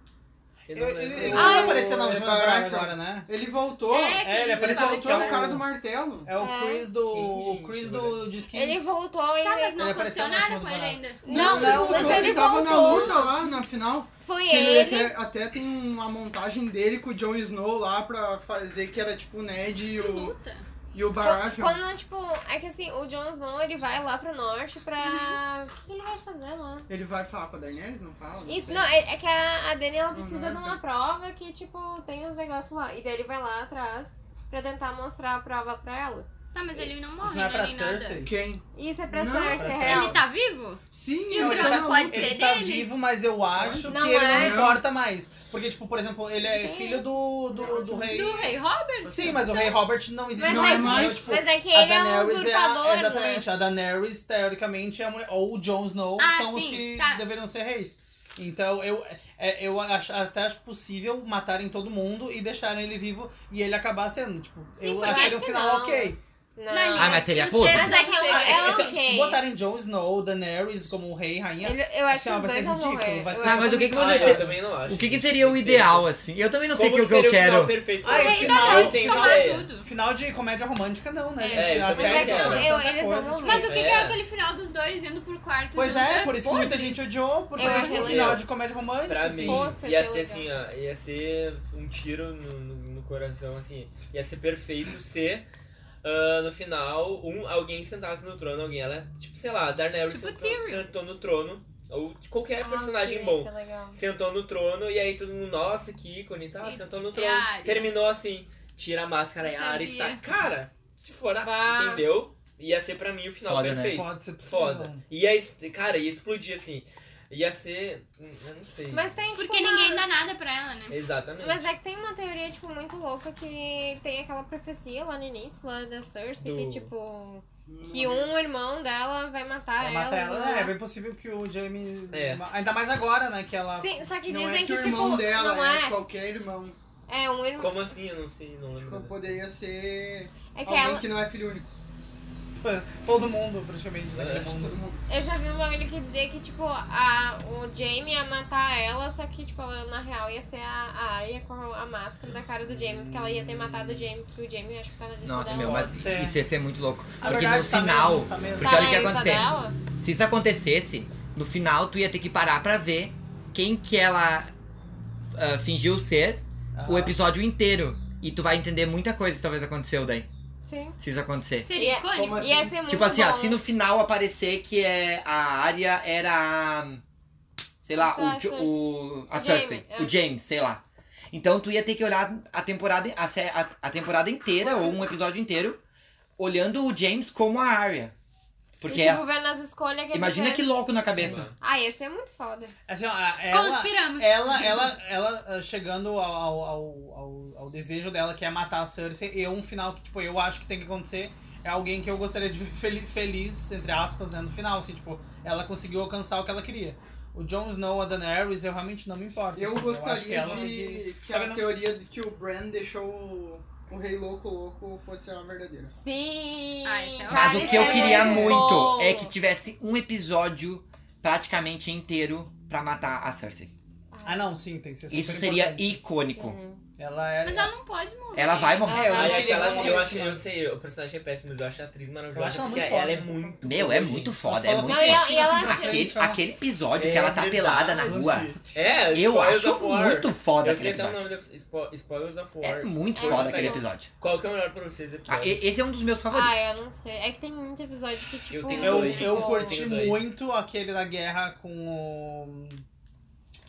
Speaker 2: Eu não
Speaker 5: Ele, ele,
Speaker 2: lembro.
Speaker 5: ele
Speaker 6: Ah,
Speaker 5: não vai
Speaker 6: o-
Speaker 5: aparecer na
Speaker 6: é
Speaker 5: última
Speaker 6: Baron.
Speaker 5: temporada agora, né?
Speaker 6: Ele voltou.
Speaker 3: É,
Speaker 5: É, ele
Speaker 6: Ele
Speaker 5: apareceu
Speaker 6: voltou,
Speaker 5: aqui, ó.
Speaker 6: é o cara do martelo.
Speaker 5: É o
Speaker 4: É.
Speaker 5: Chris do.
Speaker 2: Quem,
Speaker 5: o Chris
Speaker 2: gente,
Speaker 5: do de skins.
Speaker 4: Ele voltou e
Speaker 3: Tá, mas não
Speaker 5: Ele
Speaker 3: aconteceu
Speaker 5: apareceu na
Speaker 3: nada
Speaker 5: última
Speaker 3: com ele
Speaker 5: temporada.
Speaker 3: ainda.
Speaker 4: Não,
Speaker 6: ele
Speaker 4: não, mas
Speaker 6: voltou,
Speaker 4: ele
Speaker 6: tava na
Speaker 4: voltou.
Speaker 6: luta lá na final.
Speaker 4: foi
Speaker 6: Que ele
Speaker 4: ele.
Speaker 6: até, até tem uma montagem dele com o Jon Snow lá pra fazer que era tipo o Ned e o,
Speaker 3: Luta.
Speaker 6: e o Baratheon.
Speaker 4: Quando, tipo, é que assim, o Jon Snow ele vai lá pro norte pra. O que que ele vai fazer lá?
Speaker 6: Ele vai falar com a Daenerys, não fala?
Speaker 4: Isso,
Speaker 6: sei.
Speaker 4: não, é, é que a, a Dani ela precisa
Speaker 6: Uhum.
Speaker 4: de uma prova que, tipo, tem os negócios lá. E daí ele vai lá atrás pra tentar mostrar a prova pra ela.
Speaker 3: Tá, mas ele não
Speaker 5: Isso
Speaker 3: morre,
Speaker 5: não é pra
Speaker 3: né, nem nada.
Speaker 5: Cersei.
Speaker 6: Quem?
Speaker 4: Isso é pra
Speaker 6: Não,
Speaker 4: Cersei,
Speaker 5: pra
Speaker 4: é
Speaker 5: Cersei.
Speaker 4: real.
Speaker 3: Ele tá vivo?
Speaker 6: Sim,
Speaker 3: E o
Speaker 6: ele tá
Speaker 3: Jorah
Speaker 6: na
Speaker 3: pode
Speaker 6: luta.
Speaker 3: ser
Speaker 5: Ele tá
Speaker 3: dele?
Speaker 5: vivo, mas eu acho
Speaker 4: Não
Speaker 5: que ele
Speaker 4: é.
Speaker 5: não importa mais. Porque, tipo, por exemplo, ele é
Speaker 4: Quem é
Speaker 5: filho
Speaker 4: esse?
Speaker 5: do, do, do rei.
Speaker 3: Do rei Robert?
Speaker 5: Sim, mas o rei Robert não existe
Speaker 4: Mas
Speaker 5: mais.
Speaker 6: é
Speaker 5: entendeu?
Speaker 6: mais-
Speaker 5: Tipo,
Speaker 4: Mas é que
Speaker 5: a
Speaker 4: ele é um
Speaker 5: Daenerys é
Speaker 4: usurpador,
Speaker 5: a,
Speaker 4: né?
Speaker 5: Exatamente, a Daenerys, teoricamente, é a mulher. Ou o Jon Snow
Speaker 3: Ah,
Speaker 5: são os
Speaker 3: sim,
Speaker 5: que
Speaker 3: tá.
Speaker 5: deveriam ser reis. Então, eu, é, eu acho, até acho possível matarem todo mundo e deixarem ele vivo e ele acabar sendo. Tipo,
Speaker 3: Sim,
Speaker 5: eu
Speaker 3: porque
Speaker 5: achei
Speaker 4: acho
Speaker 5: no
Speaker 4: que
Speaker 5: final
Speaker 4: não.
Speaker 5: ok. Ah,
Speaker 4: Não.
Speaker 3: Na linha
Speaker 1: Ah, mas seria
Speaker 3: de
Speaker 1: puto?
Speaker 3: sucessão,
Speaker 4: Mas é que
Speaker 3: sei
Speaker 4: é
Speaker 3: lá.
Speaker 4: ela-
Speaker 5: se,
Speaker 4: ok.
Speaker 5: se botarem Jon Snow, Daenerys como rei, rainha,
Speaker 4: Ele, eu acho
Speaker 5: Assim, ó,
Speaker 4: que os
Speaker 5: vai
Speaker 4: dois
Speaker 5: ser
Speaker 4: vão
Speaker 5: ridículo,
Speaker 4: morrer.
Speaker 5: vai
Speaker 4: Eu
Speaker 5: ser-
Speaker 4: acho
Speaker 1: Não, mas o que que
Speaker 4: muito
Speaker 1: você-
Speaker 2: Ah,
Speaker 4: foda.
Speaker 2: eu também não acho.
Speaker 1: O que, que
Speaker 2: gente.
Speaker 1: seria o
Speaker 2: Tem
Speaker 1: ideal, assim? Eu também não sei o
Speaker 2: Como
Speaker 1: que,
Speaker 2: que
Speaker 1: o que eu
Speaker 2: seria o um final
Speaker 1: quero.
Speaker 2: perfeito um pra
Speaker 5: Ah,
Speaker 2: você?
Speaker 5: esse
Speaker 3: Tá,
Speaker 5: final-
Speaker 2: Não
Speaker 3: vai
Speaker 2: tem
Speaker 5: final-
Speaker 3: tomar
Speaker 2: ideia.
Speaker 3: tudo.
Speaker 5: Final de comédia romântica, não, né?
Speaker 3: É,
Speaker 5: gente?
Speaker 2: eu
Speaker 5: a
Speaker 2: também
Speaker 5: série
Speaker 2: não
Speaker 5: passou
Speaker 2: quero.
Speaker 5: por
Speaker 4: Eu-
Speaker 5: tanta
Speaker 4: eles não
Speaker 5: coisa,
Speaker 4: vão
Speaker 5: tipo,
Speaker 3: Mas o que que é.
Speaker 2: É.
Speaker 3: aquele final dos dois indo pro quarto?
Speaker 5: Pois
Speaker 3: junto?
Speaker 5: é, por isso que muita
Speaker 3: podre.
Speaker 5: gente odiou, porque
Speaker 4: Eu
Speaker 5: foi
Speaker 4: acho é.
Speaker 5: tipo um
Speaker 4: legal.
Speaker 5: final de comédia romântica,
Speaker 3: Tipo,
Speaker 2: Pra
Speaker 5: assim.
Speaker 2: mim,
Speaker 4: Nossa,
Speaker 2: ia
Speaker 4: que
Speaker 2: ser assim,
Speaker 4: legal.
Speaker 2: ó, ia ser um tiro no, no, no coração, assim. Ia ser perfeito ser ah, no final um, alguém sentasse no trono, alguém ela, tipo, sei lá, Daenerys
Speaker 3: Tipo
Speaker 2: sentou,
Speaker 3: Tyrion.
Speaker 2: sentou no trono, ou qualquer
Speaker 4: Ah,
Speaker 2: personagem
Speaker 4: sim,
Speaker 2: bom.
Speaker 4: isso é legal.
Speaker 2: Sentou no trono e aí todo mundo, nossa, que ícone e tal,
Speaker 3: E-
Speaker 2: sentou no
Speaker 3: e
Speaker 2: trono.
Speaker 3: a tipo, Arya?
Speaker 2: Terminou assim, tira a máscara e a Arya
Speaker 3: Sabia.
Speaker 2: está. Cara, se for, a-
Speaker 4: Vá.
Speaker 2: entendeu? Ia ser pra mim o final
Speaker 1: Foda, né?
Speaker 2: perfeito.
Speaker 5: Pode ser possível.
Speaker 2: Foda. Ia, es- cara, ia explodir assim. Ia ser. hum, Eu não sei.
Speaker 4: Mas tem, tipo,
Speaker 3: Porque
Speaker 4: uma-
Speaker 3: ninguém dá nada pra ela, né?
Speaker 2: Exatamente.
Speaker 4: Mas é que tem uma teoria, tipo, muito louca que tem aquela profecia lá no início, lá da Cersei,
Speaker 2: Do-
Speaker 4: que, tipo, que um irmão dela vai matar Ah,
Speaker 5: Vai
Speaker 4: ela.
Speaker 5: matar ela,
Speaker 4: blá,
Speaker 5: né? É
Speaker 4: blá.
Speaker 5: bem possível que o Jamie.
Speaker 2: É.
Speaker 5: Ainda mais agora, né? Que ela.
Speaker 4: Sim, só que
Speaker 6: não
Speaker 4: dizem
Speaker 6: é
Speaker 4: que,
Speaker 6: o
Speaker 4: tipo,
Speaker 6: irmão dela,
Speaker 4: não
Speaker 6: é,
Speaker 4: é.
Speaker 6: qualquer irmão.
Speaker 4: É, um irmão.
Speaker 2: Como assim? Eu não sei,
Speaker 5: é
Speaker 2: não lembro.
Speaker 6: Tipo,
Speaker 2: dessa.
Speaker 6: Poderia ser
Speaker 4: É que
Speaker 6: alguém
Speaker 4: ela.
Speaker 6: que não é filho único.
Speaker 5: Todo mundo, praticamente, daquele
Speaker 2: É.
Speaker 5: mundo.
Speaker 6: Todo mundo.
Speaker 4: Eu já vi um bagulho que dizia que, tipo, a, o Jamie ia matar ela, só que, tipo, ela, na real ia ser a, a Arya com a máscara da cara do Jamie, porque ela ia ter matado o Jamie, porque o Jamie acho que tá na lista
Speaker 1: Nossa,
Speaker 4: dela.
Speaker 1: meu, mas
Speaker 5: Pode
Speaker 1: isso
Speaker 5: ser.
Speaker 1: ia ser muito louco.
Speaker 5: Na
Speaker 1: Porque
Speaker 5: verdade,
Speaker 1: no
Speaker 5: tá
Speaker 1: final.
Speaker 5: mesmo, tá mesmo.
Speaker 1: porque
Speaker 4: Tá
Speaker 1: olha
Speaker 4: na
Speaker 1: o que
Speaker 4: lista
Speaker 1: acontece.
Speaker 4: dela?
Speaker 1: Se isso acontecesse, no final tu ia ter que parar pra ver quem que ela ah, fingiu ser
Speaker 5: Tá. Ah.
Speaker 1: o episódio inteiro. E tu vai entender muita coisa que talvez aconteceu daí.
Speaker 4: Sim.
Speaker 1: Se isso acontecer.
Speaker 3: Seria
Speaker 4: E-
Speaker 3: icônico.
Speaker 6: Como assim?
Speaker 4: Ia ser muito
Speaker 1: tipo assim,
Speaker 4: bom.
Speaker 1: ó, se no final aparecer que é a área era. a- Sei lá,
Speaker 4: Só a
Speaker 1: o, Jo-
Speaker 4: Cersei.
Speaker 1: o. A
Speaker 4: O
Speaker 1: Cersei.
Speaker 4: Jaime, é.
Speaker 1: O James, sei lá. Então tu ia ter que olhar a temporada, a, sé- a, a temporada inteira, ou um episódio inteiro, olhando o James como a Arya. Porque
Speaker 4: E, tipo, vendo as escolhas que
Speaker 1: imagina
Speaker 4: ele
Speaker 1: que
Speaker 4: fez.
Speaker 1: louco na cabeça.
Speaker 2: Sei lá.
Speaker 4: Ah, ia ser muito foda.
Speaker 5: Assim, ó, a- ela,
Speaker 3: Conspiramos.
Speaker 5: ela, ela, ela, ah, chegando ao, ao, ao- ao, ao desejo dela, que é matar a Cersei, eu, um final que, tipo, eu acho que tem que acontecer, é alguém que eu gostaria de ver fel- feliz, entre aspas, né, no final, assim, tipo, ela conseguiu alcançar o que ela queria. O Jon Snow, a Daenerys, eu realmente não me importo.
Speaker 6: Eu
Speaker 5: assim, acho que
Speaker 6: gostaria
Speaker 5: ela-
Speaker 6: de que
Speaker 5: Sabe,
Speaker 6: a
Speaker 5: não-
Speaker 6: teoria de que o Bran deixou o, o Rei Louco Louco fosse a verdadeira.
Speaker 4: Sim.
Speaker 3: Ah, isso é
Speaker 1: Mas
Speaker 4: cara,
Speaker 1: o que eu
Speaker 4: isso é
Speaker 1: queria
Speaker 4: bom.
Speaker 1: muito é que tivesse um episódio praticamente inteiro pra matar a Cersei.
Speaker 4: Ah,
Speaker 5: Ah, não, sim, tem que ser super
Speaker 1: Isso seria
Speaker 5: importante.
Speaker 1: icônico.
Speaker 5: Ela é.
Speaker 3: Mas ela não pode morrer.
Speaker 1: Ela vai morrer.
Speaker 5: Ah, eu não
Speaker 2: Aí
Speaker 5: queria
Speaker 2: aquela-
Speaker 5: que ela
Speaker 2: eu,
Speaker 5: morresse,
Speaker 2: acho, eu
Speaker 5: mano.
Speaker 2: sei, o personagem é péssimo, mas eu acho a atriz maravilhosa.
Speaker 5: Eu acho ela
Speaker 2: porque
Speaker 5: muito
Speaker 2: ela é
Speaker 5: foda.
Speaker 2: muito.
Speaker 1: Meu, é
Speaker 2: boa,
Speaker 1: muito
Speaker 2: gente.
Speaker 1: foda, é
Speaker 5: Ela
Speaker 1: muito
Speaker 4: Não, e
Speaker 1: foda.
Speaker 4: ela- e ela
Speaker 5: pra
Speaker 4: acha-
Speaker 1: Aquele,
Speaker 5: frente, ela-
Speaker 1: aquele episódio que ela tá
Speaker 2: É
Speaker 1: pelada na
Speaker 2: verdade.
Speaker 1: rua.
Speaker 2: É,
Speaker 1: Eu
Speaker 2: Spoilers
Speaker 1: acho
Speaker 2: of War.
Speaker 1: muito foda
Speaker 2: Eu
Speaker 1: aquele
Speaker 2: sei até o
Speaker 1: episódio.
Speaker 2: nome da. Spo- Spoilers of War.
Speaker 1: É muito
Speaker 4: É
Speaker 1: foda
Speaker 4: muito
Speaker 1: aquele
Speaker 4: bom.
Speaker 1: episódio.
Speaker 2: Qual que é o melhor pra vocês?
Speaker 1: Ah,
Speaker 2: episódio?
Speaker 1: e- esse é um dos meus
Speaker 4: Ah,
Speaker 1: favoritos.
Speaker 4: eu não sei. É que tem muito episódio que, tipo...
Speaker 2: tenho
Speaker 1: É
Speaker 5: Eu,
Speaker 2: dois.
Speaker 5: eu
Speaker 2: Tem
Speaker 5: curti
Speaker 2: dois.
Speaker 5: muito aquele da guerra com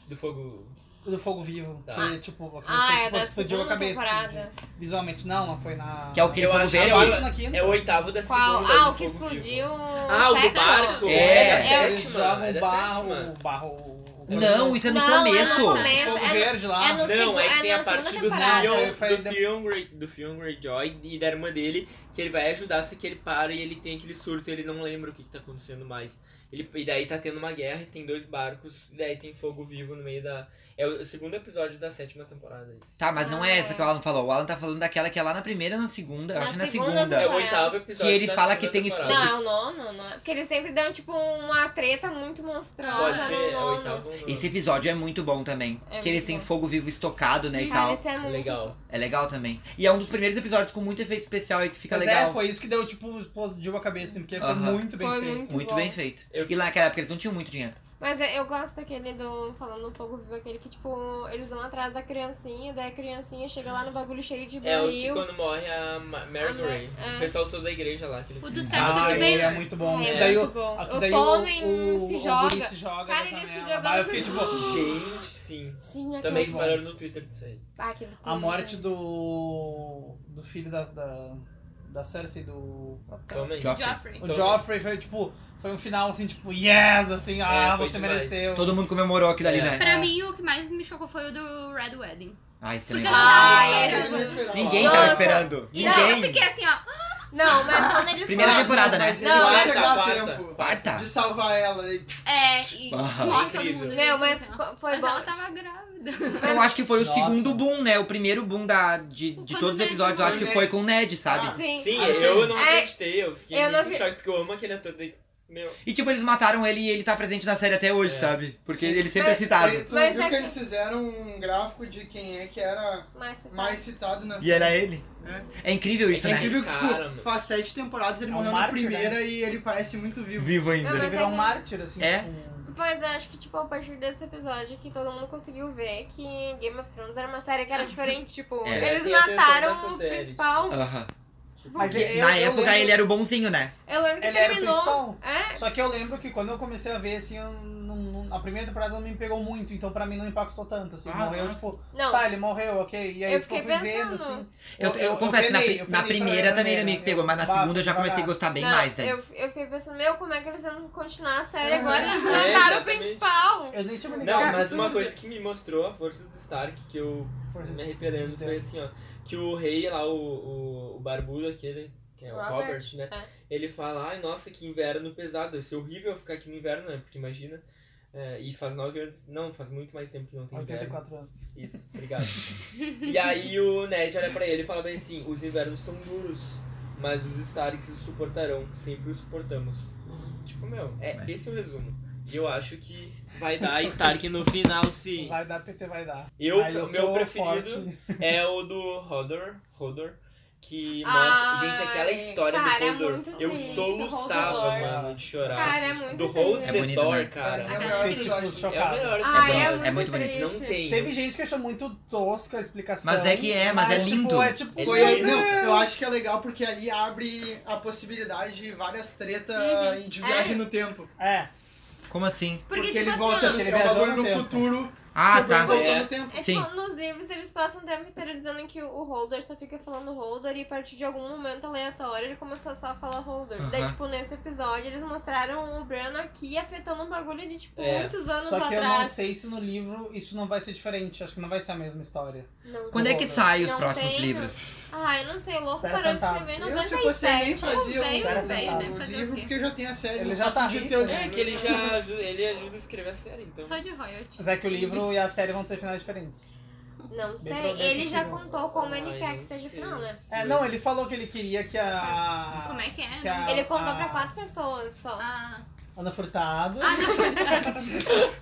Speaker 2: Do fogo.
Speaker 5: o. Do Fogo Vivo.
Speaker 2: Tá.
Speaker 5: Que, tipo, aquele
Speaker 4: Ah,
Speaker 5: foi,
Speaker 4: é
Speaker 5: tipo,
Speaker 4: da
Speaker 5: explodiu a
Speaker 4: segunda
Speaker 5: cabeça.
Speaker 4: temporada.
Speaker 5: assim, Visualmente, não, mas foi na.
Speaker 1: Que é o que ele
Speaker 2: Eu
Speaker 1: falou
Speaker 2: acho- eu
Speaker 1: verde.
Speaker 2: acho-
Speaker 5: na quinta.
Speaker 2: É o oitavo da segunda.
Speaker 4: Então, Qual? Ah,
Speaker 2: do
Speaker 4: o que
Speaker 2: Fogo
Speaker 4: explodiu...
Speaker 2: Vivo. Ah, o do
Speaker 4: Sétimo.
Speaker 2: barco?
Speaker 1: É,
Speaker 2: da
Speaker 1: é,
Speaker 5: É,
Speaker 2: sétima,
Speaker 5: eles jogam
Speaker 2: é da
Speaker 5: barro,
Speaker 2: sétima.
Speaker 5: barro. o-
Speaker 1: Não, isso é no
Speaker 4: Não, é no
Speaker 1: começo.
Speaker 4: começo.
Speaker 5: o fogo
Speaker 4: é no-
Speaker 5: verde lá.
Speaker 4: é no-
Speaker 2: Não, é
Speaker 4: segu-
Speaker 2: que
Speaker 4: é
Speaker 2: tem
Speaker 4: na
Speaker 2: a parte
Speaker 4: segunda
Speaker 2: do
Speaker 4: temporada.
Speaker 2: Theon,
Speaker 5: Foi
Speaker 2: do
Speaker 5: da-
Speaker 2: Theon, Grey- do Theon Greyjoy e da irmã dele, que ele vai ajudar, só que ele para e ele tem aquele surto, ele não lembra o que, que tá acontecendo mais. Ele, e daí tá tendo uma guerra e tem dois barcos, e daí tem fogo vivo no meio da... É o segundo episódio da sétima temporada, isso.
Speaker 1: Tá, mas não
Speaker 4: Ah,
Speaker 1: é essa
Speaker 4: é.
Speaker 1: que o Alan falou. O Alan tá falando daquela que é lá na primeira, na segunda, eu
Speaker 4: Na
Speaker 1: acho na
Speaker 4: segunda
Speaker 1: segunda.
Speaker 2: É o
Speaker 4: temporada.
Speaker 2: oitavo episódio
Speaker 1: Que ele
Speaker 2: da
Speaker 1: fala
Speaker 2: segunda
Speaker 1: que tem
Speaker 2: temporada.
Speaker 4: Não, é o nono, não. Porque eles sempre dão, tipo, uma treta muito monstruosa
Speaker 2: Pode ser,
Speaker 4: no
Speaker 2: é o
Speaker 4: nono.
Speaker 2: oitavo ou nono.
Speaker 1: Esse episódio é muito bom também.
Speaker 4: É
Speaker 1: que eles
Speaker 4: muito
Speaker 1: têm
Speaker 4: bom.
Speaker 1: fogo vivo estocado, né, e
Speaker 4: Cara,
Speaker 1: tal.
Speaker 4: esse é muito...
Speaker 2: Legal.
Speaker 1: É legal também. E é um dos primeiros episódios com muito efeito especial e que fica
Speaker 5: Mas
Speaker 1: legal.
Speaker 5: é, foi isso que deu, tipo, explodiu a cabeça, assim, porque foi
Speaker 1: Aham.
Speaker 5: muito bem
Speaker 4: Foi
Speaker 5: feito.
Speaker 4: muito
Speaker 1: Muito
Speaker 4: bom.
Speaker 1: bem feito.
Speaker 2: Eu-
Speaker 1: E lá naquela época eles não tinham muito dinheiro.
Speaker 4: Mas eu, eu gosto daquele do Falando no Fogo Vivo, aquele que, tipo, eles vão atrás da criancinha, daí a criancinha chega lá no bagulho cheio de
Speaker 2: É o que
Speaker 4: barril.
Speaker 2: quando morre a Ma- Mary
Speaker 4: A Ma-
Speaker 2: Grey.
Speaker 4: é.
Speaker 2: O pessoal todo da igreja lá. Que eles
Speaker 3: O do
Speaker 2: Ah,
Speaker 3: Certo
Speaker 5: Ah,
Speaker 3: de
Speaker 5: ele é
Speaker 3: Baylor.
Speaker 5: muito bom.
Speaker 4: É,
Speaker 5: Que
Speaker 4: é
Speaker 5: daí o-
Speaker 4: muito bom.
Speaker 5: a- que
Speaker 4: O
Speaker 5: daí
Speaker 4: Tommen
Speaker 5: o-
Speaker 4: se
Speaker 5: o
Speaker 4: joga.
Speaker 5: guri se joga
Speaker 4: Cara,
Speaker 5: na
Speaker 4: ele se
Speaker 5: janela.
Speaker 4: jogava
Speaker 5: Mas eu fiquei, tipo,
Speaker 2: Gente, sim.
Speaker 4: Sim, aquele...
Speaker 2: Também
Speaker 5: bom.
Speaker 2: espalharam no Twitter disso aí.
Speaker 4: Ah, que do
Speaker 5: a
Speaker 4: filme,
Speaker 5: morte
Speaker 4: né?
Speaker 5: do. do filho da. da, da Cersei, do.
Speaker 2: Toma aí.
Speaker 1: Joffrey.
Speaker 3: Joffrey.
Speaker 5: O
Speaker 2: Então-
Speaker 5: Joffrey foi tipo. Foi um final assim, tipo, yes, assim, ah,
Speaker 2: foi
Speaker 5: você
Speaker 2: demais.
Speaker 5: mereceu.
Speaker 1: É, Todo mundo comemorou aqui dali,
Speaker 2: É.
Speaker 1: né?
Speaker 3: Pra mim, o que mais me chocou foi o do Red Wedding.
Speaker 1: Ah, isso também
Speaker 3: Porque
Speaker 1: é
Speaker 3: ela
Speaker 1: bom.
Speaker 4: Ah,
Speaker 3: tava
Speaker 4: é,
Speaker 3: esperando.
Speaker 1: Ninguém tá
Speaker 4: Nossa.
Speaker 1: tava esperando.
Speaker 3: E daí eu
Speaker 1: Ninguém.
Speaker 3: fiquei assim, ó.
Speaker 4: Não, mas quando eles
Speaker 1: Primeira
Speaker 4: falam-
Speaker 1: temporada, né? Tá.
Speaker 6: Mas ele
Speaker 4: Não,
Speaker 6: vai
Speaker 2: quarta,
Speaker 6: chegar a
Speaker 2: quarta,
Speaker 6: tempo
Speaker 1: Quarta?
Speaker 6: de salvar ela. E-
Speaker 3: É, e
Speaker 1: Ah.
Speaker 3: morre
Speaker 2: Incrível.
Speaker 3: todo mundo.
Speaker 4: Meu, mas
Speaker 3: Assim, ó.
Speaker 4: co- foi
Speaker 3: Mas
Speaker 4: bom.
Speaker 3: ela tava grávida.
Speaker 1: Eu acho que foi o
Speaker 5: Nossa.
Speaker 1: segundo boom, né? O primeiro boom da, de, de
Speaker 3: Quando
Speaker 1: todos os
Speaker 3: Ned
Speaker 1: episódios. Eu acho que
Speaker 6: morre.
Speaker 1: foi com o Ned, sabe?
Speaker 4: Sim.
Speaker 2: Sim,
Speaker 6: Ah, sim.
Speaker 2: eu não
Speaker 4: É,
Speaker 2: acreditei, eu fiquei
Speaker 4: eu não
Speaker 2: muito
Speaker 4: vi-
Speaker 2: em choque, porque eu amo aquele ator de... Meu,
Speaker 1: E tipo, eles mataram ele e ele tá presente na série até hoje,
Speaker 2: É.
Speaker 1: sabe? Porque
Speaker 6: Sim.
Speaker 1: ele sempre é
Speaker 4: Mas-
Speaker 1: citado.
Speaker 6: Ele- Tu
Speaker 4: Mas
Speaker 6: viu
Speaker 4: é
Speaker 6: que
Speaker 4: que-
Speaker 6: eles fizeram um gráfico de quem é que era
Speaker 4: Mas,
Speaker 6: mais citado na
Speaker 1: E era ele. É incrível isso,
Speaker 2: É
Speaker 6: É
Speaker 1: né?
Speaker 6: incrível que,
Speaker 2: Cara,
Speaker 6: tipo,
Speaker 2: mano.
Speaker 6: faz sete temporadas, ele
Speaker 5: É um
Speaker 6: morreu na
Speaker 5: mártir,
Speaker 6: primeira e ele parece muito vivo.
Speaker 1: Vivo
Speaker 4: Não,
Speaker 1: ainda.
Speaker 5: Ele
Speaker 4: mas
Speaker 5: virou
Speaker 4: é
Speaker 5: um
Speaker 4: que-
Speaker 5: mártir, assim,
Speaker 1: É?
Speaker 5: tipo,
Speaker 4: Mas eu acho que, tipo, a partir desse episódio que todo mundo conseguiu ver que Game of Thrones era uma série que era diferente, tipo,
Speaker 1: É.
Speaker 4: eles
Speaker 2: Tem a atenção
Speaker 4: mataram
Speaker 2: dessa
Speaker 4: o
Speaker 2: série,
Speaker 4: principal.
Speaker 1: Aham.
Speaker 2: tipo,
Speaker 5: Mas
Speaker 2: eu-
Speaker 1: é, Na
Speaker 2: eu
Speaker 1: época
Speaker 2: lembro-
Speaker 1: ele era o bonzinho, né?
Speaker 4: Eu lembro que
Speaker 5: Ele era o
Speaker 4: terminou.
Speaker 5: principal.
Speaker 4: É?
Speaker 5: Só que eu lembro que quando eu comecei a ver, assim, eu não- não- a primeira temporada não me pegou muito, então pra mim não impactou tanto, assim,
Speaker 6: Ah,
Speaker 5: morreu,
Speaker 6: nossa.
Speaker 5: tipo,
Speaker 4: Não.
Speaker 5: tá, ele morreu, ok, e aí
Speaker 4: Eu
Speaker 5: ficou
Speaker 4: fiquei
Speaker 5: vivendo,
Speaker 4: pensando.
Speaker 5: assim.
Speaker 1: Eu, eu, confesso, que na,
Speaker 5: penei,
Speaker 1: pri- na
Speaker 5: eu penei pra né,
Speaker 1: primeira
Speaker 5: ver a
Speaker 1: também me pegou, mas na
Speaker 5: Bah,
Speaker 1: segunda eu já
Speaker 5: devagar.
Speaker 1: comecei a gostar bem
Speaker 4: Não,
Speaker 1: mais, né?
Speaker 4: eu, eu fiquei pensando, meu, como é que eles vão continuar a série
Speaker 5: É.
Speaker 4: agora? Eles
Speaker 5: É,
Speaker 4: mataram o
Speaker 2: exatamente.
Speaker 4: principal.
Speaker 5: Eu nem tinha me
Speaker 2: Não,
Speaker 5: ligado.
Speaker 2: mas uma coisa que me mostrou a força do Stark, que eu me arrependendo, foi assim, ó. Que o rei lá, o, o, o barbudo aquele, que é o
Speaker 4: Robert,
Speaker 2: Robert, né? Ele fala, ai, nossa, que inverno pesado. Deve ser horrível ficar aqui no inverno, né? Porque imagina... é, e faz nove anos... Não, faz muito mais tempo que não tem inverno.
Speaker 5: 84 anos.
Speaker 2: Isso, obrigado. e aí o Ned olha pra ele e fala bem assim, os invernos são duros, mas os Starks os suportarão, sempre os suportamos. Tipo, meu, é, esse é o resumo. E eu acho que vai dar Stark no final, sim.
Speaker 5: Vai dar PT, vai dar.
Speaker 2: Eu,
Speaker 5: Aí
Speaker 2: o meu
Speaker 5: sou
Speaker 2: preferido
Speaker 5: forte.
Speaker 2: é o do Hodor, Hodor, que
Speaker 4: Ai,
Speaker 2: mostra... gente, aquela história
Speaker 4: Ah, cara, é
Speaker 2: do Hodor,
Speaker 4: muito
Speaker 2: eu
Speaker 4: triste,
Speaker 2: soluçava,
Speaker 4: Hodor.
Speaker 2: mano, de chorar.
Speaker 4: Cara, é muito
Speaker 2: do Hold
Speaker 4: triste.
Speaker 1: É
Speaker 2: the
Speaker 1: bonito,
Speaker 2: Door,
Speaker 1: né?
Speaker 2: cara.
Speaker 6: É o
Speaker 5: Eu
Speaker 6: melhor
Speaker 5: fiquei, tipo,
Speaker 6: episódio.
Speaker 2: É o
Speaker 5: chocado.
Speaker 2: melhor
Speaker 4: Ah,
Speaker 1: é
Speaker 4: é,
Speaker 1: bonito, é muito bonito.
Speaker 4: triste.
Speaker 2: Não tem.
Speaker 5: Teve gente que achou muito tosca a explicação.
Speaker 1: Mas é que é, mas é lindo.
Speaker 5: Tipo, é tipo,
Speaker 2: Ele-
Speaker 6: Foi aí, não, eu acho que é legal porque ali abre a possibilidade de várias tretas
Speaker 4: Uhum.
Speaker 6: de viagem
Speaker 4: É.
Speaker 6: no tempo.
Speaker 5: É,
Speaker 1: Como assim?
Speaker 3: Porque, tipo
Speaker 6: ele
Speaker 3: assim,
Speaker 6: volta
Speaker 3: ó,
Speaker 6: no
Speaker 5: Ele
Speaker 6: tempo, é um
Speaker 5: viajou
Speaker 6: bagulho
Speaker 5: no
Speaker 6: no
Speaker 5: tempo.
Speaker 6: futuro.
Speaker 1: Ah,
Speaker 6: que o
Speaker 1: tá.
Speaker 6: Bran voltou
Speaker 2: É.
Speaker 6: no tempo.
Speaker 4: É que
Speaker 1: Sim.
Speaker 4: nos livros eles passam o tempo inteiro dizendo que o Holder só fica falando Holder e a partir de algum momento aleatório ele começou só a falar Holder. Daí,
Speaker 1: Aham.
Speaker 4: tipo, nesse episódio eles mostraram o Bran aqui afetando um bagulho de, tipo,
Speaker 2: É.
Speaker 4: muitos anos
Speaker 5: só que eu não
Speaker 4: atrás.
Speaker 5: sei se no livro isso não vai ser diferente. Acho que não vai ser a mesma história.
Speaker 4: Não
Speaker 1: Quando é
Speaker 4: sei.
Speaker 1: que saem os
Speaker 4: Não
Speaker 1: próximos
Speaker 4: tem,
Speaker 1: livros?
Speaker 4: Ah, eu não sei, o louco
Speaker 5: Espera
Speaker 4: parou
Speaker 5: sentado.
Speaker 4: de escrever em
Speaker 6: Eu, se
Speaker 5: assim,
Speaker 6: fosse
Speaker 4: 97.
Speaker 6: ele,
Speaker 5: tipo
Speaker 6: nem fazia
Speaker 4: não veio,
Speaker 5: Espera
Speaker 4: não veio,
Speaker 5: sentado.
Speaker 4: né?
Speaker 6: um
Speaker 3: Fazer o
Speaker 6: livro
Speaker 3: quê?
Speaker 6: porque já tem a série.
Speaker 5: Ele
Speaker 6: não
Speaker 5: já
Speaker 6: faz
Speaker 5: tá
Speaker 6: sentido
Speaker 5: rico,
Speaker 6: ter o
Speaker 5: né?
Speaker 2: É
Speaker 6: livro.
Speaker 2: que ele já ajuda, ele ajuda a escrever a série, então.
Speaker 3: Só de royalty.
Speaker 5: Mas é que o livro e a série vão ter finais diferentes.
Speaker 4: Não
Speaker 5: provável
Speaker 4: sei,
Speaker 5: que
Speaker 4: ele já
Speaker 5: sim.
Speaker 4: contou como ele
Speaker 2: Ai,
Speaker 4: quer
Speaker 2: não
Speaker 4: que seja o
Speaker 2: sei.
Speaker 4: final, né?
Speaker 5: É, não, ele falou que ele queria que a.
Speaker 3: Como é que é?
Speaker 5: que a-
Speaker 4: Ele contou
Speaker 5: a-
Speaker 4: pra quatro pessoas só.
Speaker 3: Ah,
Speaker 5: Ana Furtado.
Speaker 3: Ana Furtado.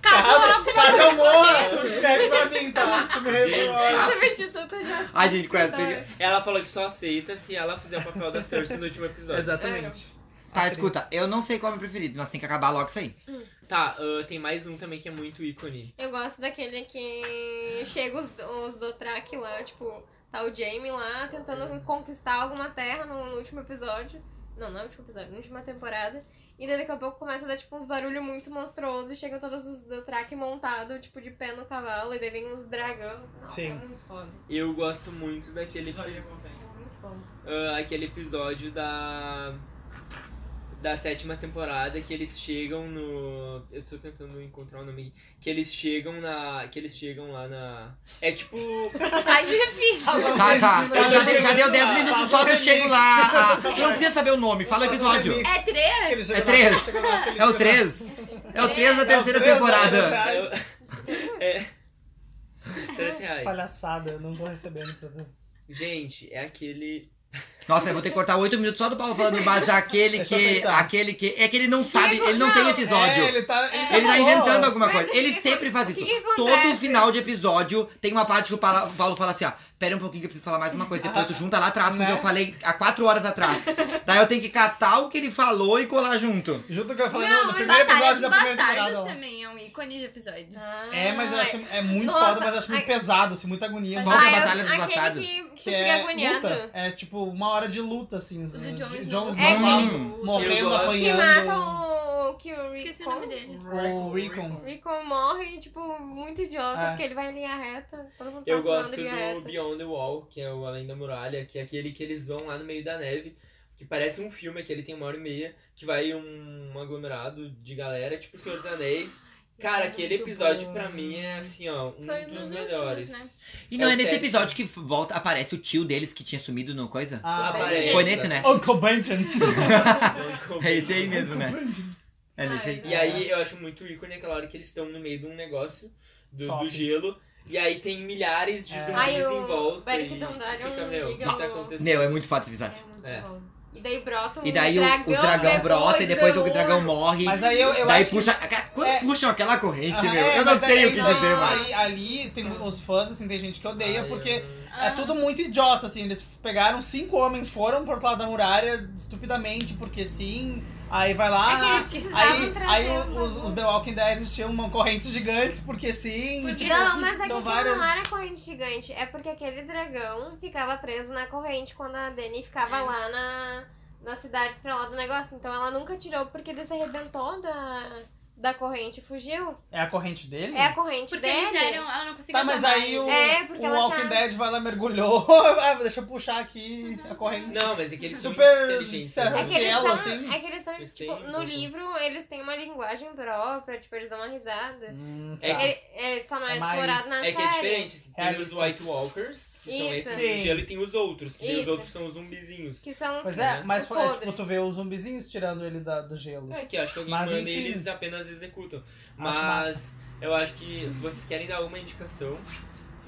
Speaker 5: Casa-
Speaker 3: Casou alguma
Speaker 5: Casa Moura, tu escreve pra mim, tá? Tu me
Speaker 2: Gente.
Speaker 5: resolve.
Speaker 4: Essa prostituta já.
Speaker 1: A gente conhece.
Speaker 2: Ela falou que só aceita se ela fizer o papel da Cersei no último episódio.
Speaker 5: Exatamente.
Speaker 1: Tá,
Speaker 5: Atriz.
Speaker 1: escuta, eu não sei qual é o meu preferido, mas tem que acabar logo isso aí.
Speaker 2: Tá, ah, tem mais um também que é muito ícone.
Speaker 4: Eu gosto daquele que chega os, os Dothraki lá, tipo, tá o Jaime lá
Speaker 5: É.
Speaker 4: tentando conquistar alguma terra no, no último episódio. Não, não é o último episódio, na última temporada. E daí daqui a pouco começa a dar tipo uns barulhos muito monstruosos e chegam todos os Dothraki montados, tipo, de pé no cavalo, e daí vem uns dragões. Nossa,
Speaker 5: Sim.
Speaker 4: É muito foda.
Speaker 2: Eu gosto muito daquele, epi-
Speaker 4: É muito bom.
Speaker 2: ah, aquele episódio da. Da sétima temporada que eles chegam no. Eu tô tentando encontrar o nome aqui. Que eles chegam na. Que eles chegam lá na. É tipo.
Speaker 3: Tá difícil.
Speaker 1: Tá, tá. Já, de- já deu 10 minutos só que eu chego lá. ah, eu não precisa saber o nome, fala o episódio.
Speaker 3: É três?
Speaker 5: Aquele jogador-
Speaker 1: três.
Speaker 5: aquele jogador que ele
Speaker 1: É o
Speaker 5: joga-
Speaker 1: 3. É o 3 da terceira
Speaker 5: três,
Speaker 1: temporada.
Speaker 5: né?
Speaker 2: Eu- é. 3 reais.
Speaker 5: Palhaçada, eu não tô recebendo. tudo.
Speaker 2: Gente, é aquele.
Speaker 1: Nossa, eu vou ter que cortar 8 minutos só do Paulo falando, mas aquele
Speaker 5: É só
Speaker 1: que.
Speaker 5: pensar.
Speaker 1: Aquele que. É que ele não sabe, ele não tem
Speaker 3: Não,
Speaker 1: episódio.
Speaker 5: É, ele tá, ele já
Speaker 1: Ele tá
Speaker 5: falou.
Speaker 1: inventando alguma
Speaker 4: Mas
Speaker 1: coisa.
Speaker 4: o
Speaker 1: Ele
Speaker 4: que
Speaker 1: sempre
Speaker 4: acon-
Speaker 1: faz
Speaker 4: o
Speaker 1: isso.
Speaker 4: que acontece?
Speaker 1: Todo final de episódio tem uma parte que o Paulo o Paulo fala assim, ó. Pera um pouquinho que eu preciso falar mais uma coisa. Depois tu junta lá atrás, porque
Speaker 5: Né?
Speaker 1: eu falei há quatro horas atrás. Daí eu tenho que catar o que ele falou e colar junto.
Speaker 5: Junto com o que eu falei no-
Speaker 3: Não,
Speaker 5: no
Speaker 3: mas tá,
Speaker 5: primeiro
Speaker 3: Batalha
Speaker 5: episódio
Speaker 3: dos
Speaker 5: da primeira temporada.
Speaker 3: Bastardos
Speaker 5: ó.
Speaker 3: também é um ícone de episódio.
Speaker 5: É, mas eu acho é muito
Speaker 4: Nossa,
Speaker 5: foda, mas eu acho muito
Speaker 4: ai.
Speaker 5: pesado, assim, muita agonia.
Speaker 1: Qual que é a
Speaker 4: Ah, eu-
Speaker 1: Batalha dos
Speaker 4: aquele
Speaker 1: Bastardos?
Speaker 4: que, que
Speaker 5: que
Speaker 4: fica
Speaker 5: é
Speaker 4: agoniado.
Speaker 5: luta. É tipo uma hora de luta, assim. Os,
Speaker 3: O do Jon
Speaker 5: de-
Speaker 3: Snow.
Speaker 5: Jon
Speaker 3: É
Speaker 5: Snow lá,
Speaker 1: aquele-
Speaker 2: Eu
Speaker 5: morrendo,
Speaker 2: gosto.
Speaker 4: Que
Speaker 5: apanhando.
Speaker 4: mata o, o que o Rick.
Speaker 3: Esqueci o nome dele.
Speaker 5: O Recon.
Speaker 4: Rico morre, tipo, muito idiota,
Speaker 5: É.
Speaker 4: porque ele vai em linha reta. Todo mundo
Speaker 2: Eu
Speaker 4: sabe que ele
Speaker 2: gosto
Speaker 4: anda em linha
Speaker 2: do
Speaker 4: reta.
Speaker 2: Beyond the Wall, que é o Além da Muralha, que é aquele que eles vão lá no meio da neve, que parece um filme, que ele tem uma hora e meia, que vai um aglomerado de galera, tipo o Senhor dos Anéis. Cara,
Speaker 4: É
Speaker 2: aquele
Speaker 4: muito
Speaker 2: episódio
Speaker 4: bom.
Speaker 2: pra mim é assim, ó, um
Speaker 3: Foi um
Speaker 2: dos
Speaker 3: dos
Speaker 2: melhores.
Speaker 3: últimos, né?
Speaker 1: E não
Speaker 2: É
Speaker 1: é,
Speaker 2: o
Speaker 1: nesse
Speaker 2: sétimo.
Speaker 1: episódio que volta, aparece o tio deles que tinha sumido no coisa?
Speaker 5: Ah,
Speaker 2: Aparece.
Speaker 5: é
Speaker 1: Foi nesse, né?
Speaker 5: Uncle né? Benjen.
Speaker 1: É esse aí mesmo, né? É nesse aí.
Speaker 2: E aí eu acho muito ícone aquela hora que eles estão no meio de um negócio do, do
Speaker 5: Top.
Speaker 2: gelo. E aí tem milhares de
Speaker 5: É.
Speaker 2: zumbis
Speaker 4: Ai, o
Speaker 2: em volta. E
Speaker 4: Beric
Speaker 2: tu
Speaker 4: Dondarrion
Speaker 2: fica, meu, o que
Speaker 4: liga
Speaker 2: tá
Speaker 4: o-
Speaker 2: acontecendo?
Speaker 1: Meu, é muito foda esse episódio.
Speaker 4: É muito
Speaker 2: É.
Speaker 4: bom. E daí brota um
Speaker 1: E daí o,
Speaker 4: dragão,
Speaker 1: os dragão brota e depois o dragão morre.
Speaker 5: Mas aí eu, eu
Speaker 1: daí
Speaker 5: acho que-
Speaker 1: puxa. Quando
Speaker 5: É.
Speaker 1: puxam aquela corrente,
Speaker 5: Aham,
Speaker 1: meu,
Speaker 5: é,
Speaker 1: eu não
Speaker 5: mas
Speaker 1: tenho o
Speaker 5: aí-
Speaker 1: que
Speaker 5: não,
Speaker 1: dizer mais.
Speaker 5: aí- Ali tem mu- os fãs, assim, tem gente que odeia,
Speaker 4: Ah,
Speaker 2: Ai,
Speaker 5: porque
Speaker 2: eu-
Speaker 5: é
Speaker 3: ah,
Speaker 5: tudo muito idiota, assim. Eles pegaram cinco homens, foram pro outro lado da muralha, estupidamente, porque sim. Aí vai
Speaker 4: É que
Speaker 5: lá.
Speaker 4: eles precisavam
Speaker 5: Aí,
Speaker 4: trazer
Speaker 5: aí
Speaker 4: um
Speaker 5: os, os The Walking Dead tinham uma corrente gigantes, porque sim.
Speaker 3: Porque-
Speaker 5: tipo,
Speaker 4: Não, mas aqui
Speaker 5: são
Speaker 4: várias...
Speaker 5: várias.
Speaker 4: não era corrente gigante. É porque aquele dragão ficava preso na corrente quando a Dani ficava
Speaker 3: É.
Speaker 4: lá na, na cidade pra lá do negócio. Então ela nunca tirou porque ele se arrebentou da, da corrente e fugiu.
Speaker 5: É a corrente dele?
Speaker 4: É a corrente
Speaker 3: Porque
Speaker 4: dele.
Speaker 3: eles eram, ela não conseguiu
Speaker 5: Tá, mas
Speaker 3: domar
Speaker 5: aí
Speaker 3: eles.
Speaker 5: o,
Speaker 4: É, porque
Speaker 5: o
Speaker 4: ela
Speaker 5: Walking
Speaker 4: tinha-
Speaker 5: Dead vai lá, mergulhou. Ah, Deixa eu puxar aqui
Speaker 4: Uhum.
Speaker 5: a corrente.
Speaker 2: Não, mas é que eles são
Speaker 5: Super
Speaker 2: inteligentes,
Speaker 5: sério.
Speaker 4: É
Speaker 2: né?
Speaker 4: que eles
Speaker 5: Cielo,
Speaker 4: são,
Speaker 5: assim.
Speaker 4: é que eles são
Speaker 2: Eles
Speaker 4: tipo,
Speaker 2: têm
Speaker 4: no
Speaker 2: um-
Speaker 4: livro eles têm uma linguagem própria, tipo, eles dão uma risada.
Speaker 5: Hum,
Speaker 2: É que-
Speaker 5: tá.
Speaker 4: Ele, é só não é
Speaker 5: É mais-
Speaker 4: explorado na
Speaker 2: É
Speaker 4: série.
Speaker 2: que é diferente. assim, Tem os
Speaker 5: Realista.
Speaker 2: White Walkers, que são
Speaker 4: Isso.
Speaker 2: esses
Speaker 5: Sim.
Speaker 2: de gelo, e tem os outros, que daí os
Speaker 4: Isso.
Speaker 2: outros são os zumbizinhos.
Speaker 4: Que são os
Speaker 5: Pois é, mas
Speaker 4: O
Speaker 5: foi, é,
Speaker 4: podre.
Speaker 5: tipo, tu vê os zumbizinhos tirando ele da- do gelo.
Speaker 2: É que eu acho que alguém
Speaker 5: Mas,
Speaker 2: manda e
Speaker 5: enfim.
Speaker 2: eles apenas executam. Mas
Speaker 5: massa.
Speaker 2: eu acho que vocês querem dar uma indicação.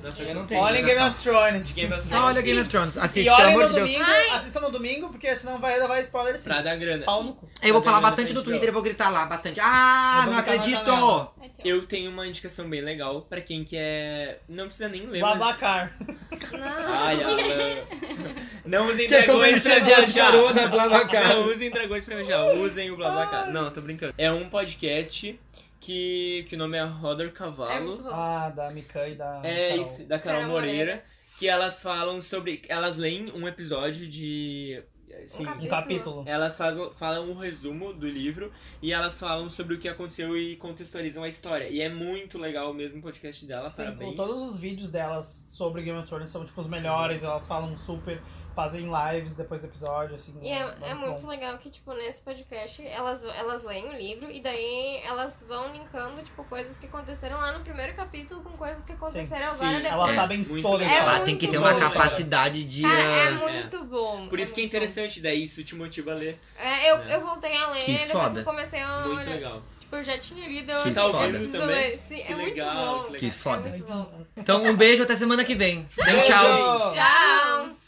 Speaker 2: Na festa
Speaker 1: não
Speaker 2: do
Speaker 1: tenho.
Speaker 5: Olha
Speaker 2: Game
Speaker 5: em
Speaker 1: Olha
Speaker 5: Game of Thrones.
Speaker 2: of- Game of
Speaker 1: Só olha
Speaker 2: Thrones.
Speaker 1: Game of Thrones. Assiste,
Speaker 5: E
Speaker 1: pelo
Speaker 5: olha
Speaker 1: amor
Speaker 5: no
Speaker 1: de Deus.
Speaker 5: domingo, assista no domingo, porque senão vai levar spoiler sim.
Speaker 2: Pra dar grana.
Speaker 5: Pau no cu.
Speaker 1: Eu vou falar
Speaker 2: Fazer
Speaker 1: bastante
Speaker 2: uma
Speaker 1: no
Speaker 2: frente
Speaker 1: Twitter,
Speaker 2: dela.
Speaker 1: eu vou gritar lá bastante. Ah,
Speaker 5: é Eu vou
Speaker 1: não
Speaker 5: gritar na
Speaker 1: acredito!
Speaker 5: janela.
Speaker 3: É,
Speaker 2: Eu tenho uma indicação bem legal pra quem quer. Não precisa nem ler, mas.
Speaker 5: Babacar.
Speaker 4: Não. é
Speaker 2: Ai, Alan. Não usem
Speaker 1: Quer
Speaker 2: dragões
Speaker 1: convencer
Speaker 2: pra
Speaker 1: a
Speaker 2: viajar.
Speaker 1: carona, Blablacar?
Speaker 2: Não usem dragões pra viajar. Usem o Blablacar. Não, tô brincando. É um podcast que, que o nome é Rodor
Speaker 4: É
Speaker 2: Cavalo.
Speaker 4: muito bom.
Speaker 5: Ah, da Mikan e da.
Speaker 2: É
Speaker 5: Carol.
Speaker 2: isso, da Carol
Speaker 4: Carol
Speaker 2: Moreira.
Speaker 4: Moreira.
Speaker 2: Que elas falam sobre. Elas leem um episódio de. Sim,
Speaker 5: Um capítulo.
Speaker 2: elas fazem, falam um resumo do livro e elas falam sobre o que aconteceu e contextualizam a história. E é muito legal mesmo o podcast dela,
Speaker 5: Sim,
Speaker 2: parabéns.
Speaker 5: o- todos os vídeos delas sobre Game of Thrones são tipo os melhores, elas falam super, fazem lives depois do episódio, assim.
Speaker 4: E é, é muito legal que, tipo, nesse podcast elas, elas leem o livro e daí elas vão linkando, tipo, coisas que aconteceram lá no primeiro capítulo com coisas que aconteceram
Speaker 2: Sim,
Speaker 4: agora depois.
Speaker 5: Elas
Speaker 2: É,
Speaker 5: sabem
Speaker 2: muito
Speaker 5: toda a
Speaker 1: Ah,
Speaker 4: legal.
Speaker 5: história.
Speaker 4: muito
Speaker 1: tem que ter
Speaker 4: bom.
Speaker 1: uma capacidade de.
Speaker 4: Cara, é
Speaker 1: ah,
Speaker 4: muito bom.
Speaker 2: Por isso que é
Speaker 4: muito bom.
Speaker 2: interessante, daí isso te motiva a ler.
Speaker 4: É, eu,
Speaker 2: É.
Speaker 4: eu voltei a ler,
Speaker 1: Que
Speaker 4: depois
Speaker 1: foda.
Speaker 4: eu comecei a
Speaker 2: Muito
Speaker 4: olhar.
Speaker 2: legal.
Speaker 4: Tipo, eu já tinha lido,
Speaker 1: Que
Speaker 4: eu
Speaker 1: tá ouvindo
Speaker 4: preciso
Speaker 2: também?
Speaker 4: ler. Sim,
Speaker 2: Que
Speaker 4: é muito
Speaker 2: legal,
Speaker 4: bom.
Speaker 2: que legal.
Speaker 1: Que
Speaker 4: É
Speaker 1: foda.
Speaker 4: muito bom.
Speaker 1: Então, um beijo até semana que vem. Dê um
Speaker 2: Beijo!
Speaker 1: tchau.
Speaker 5: Beijo!
Speaker 4: Tchau!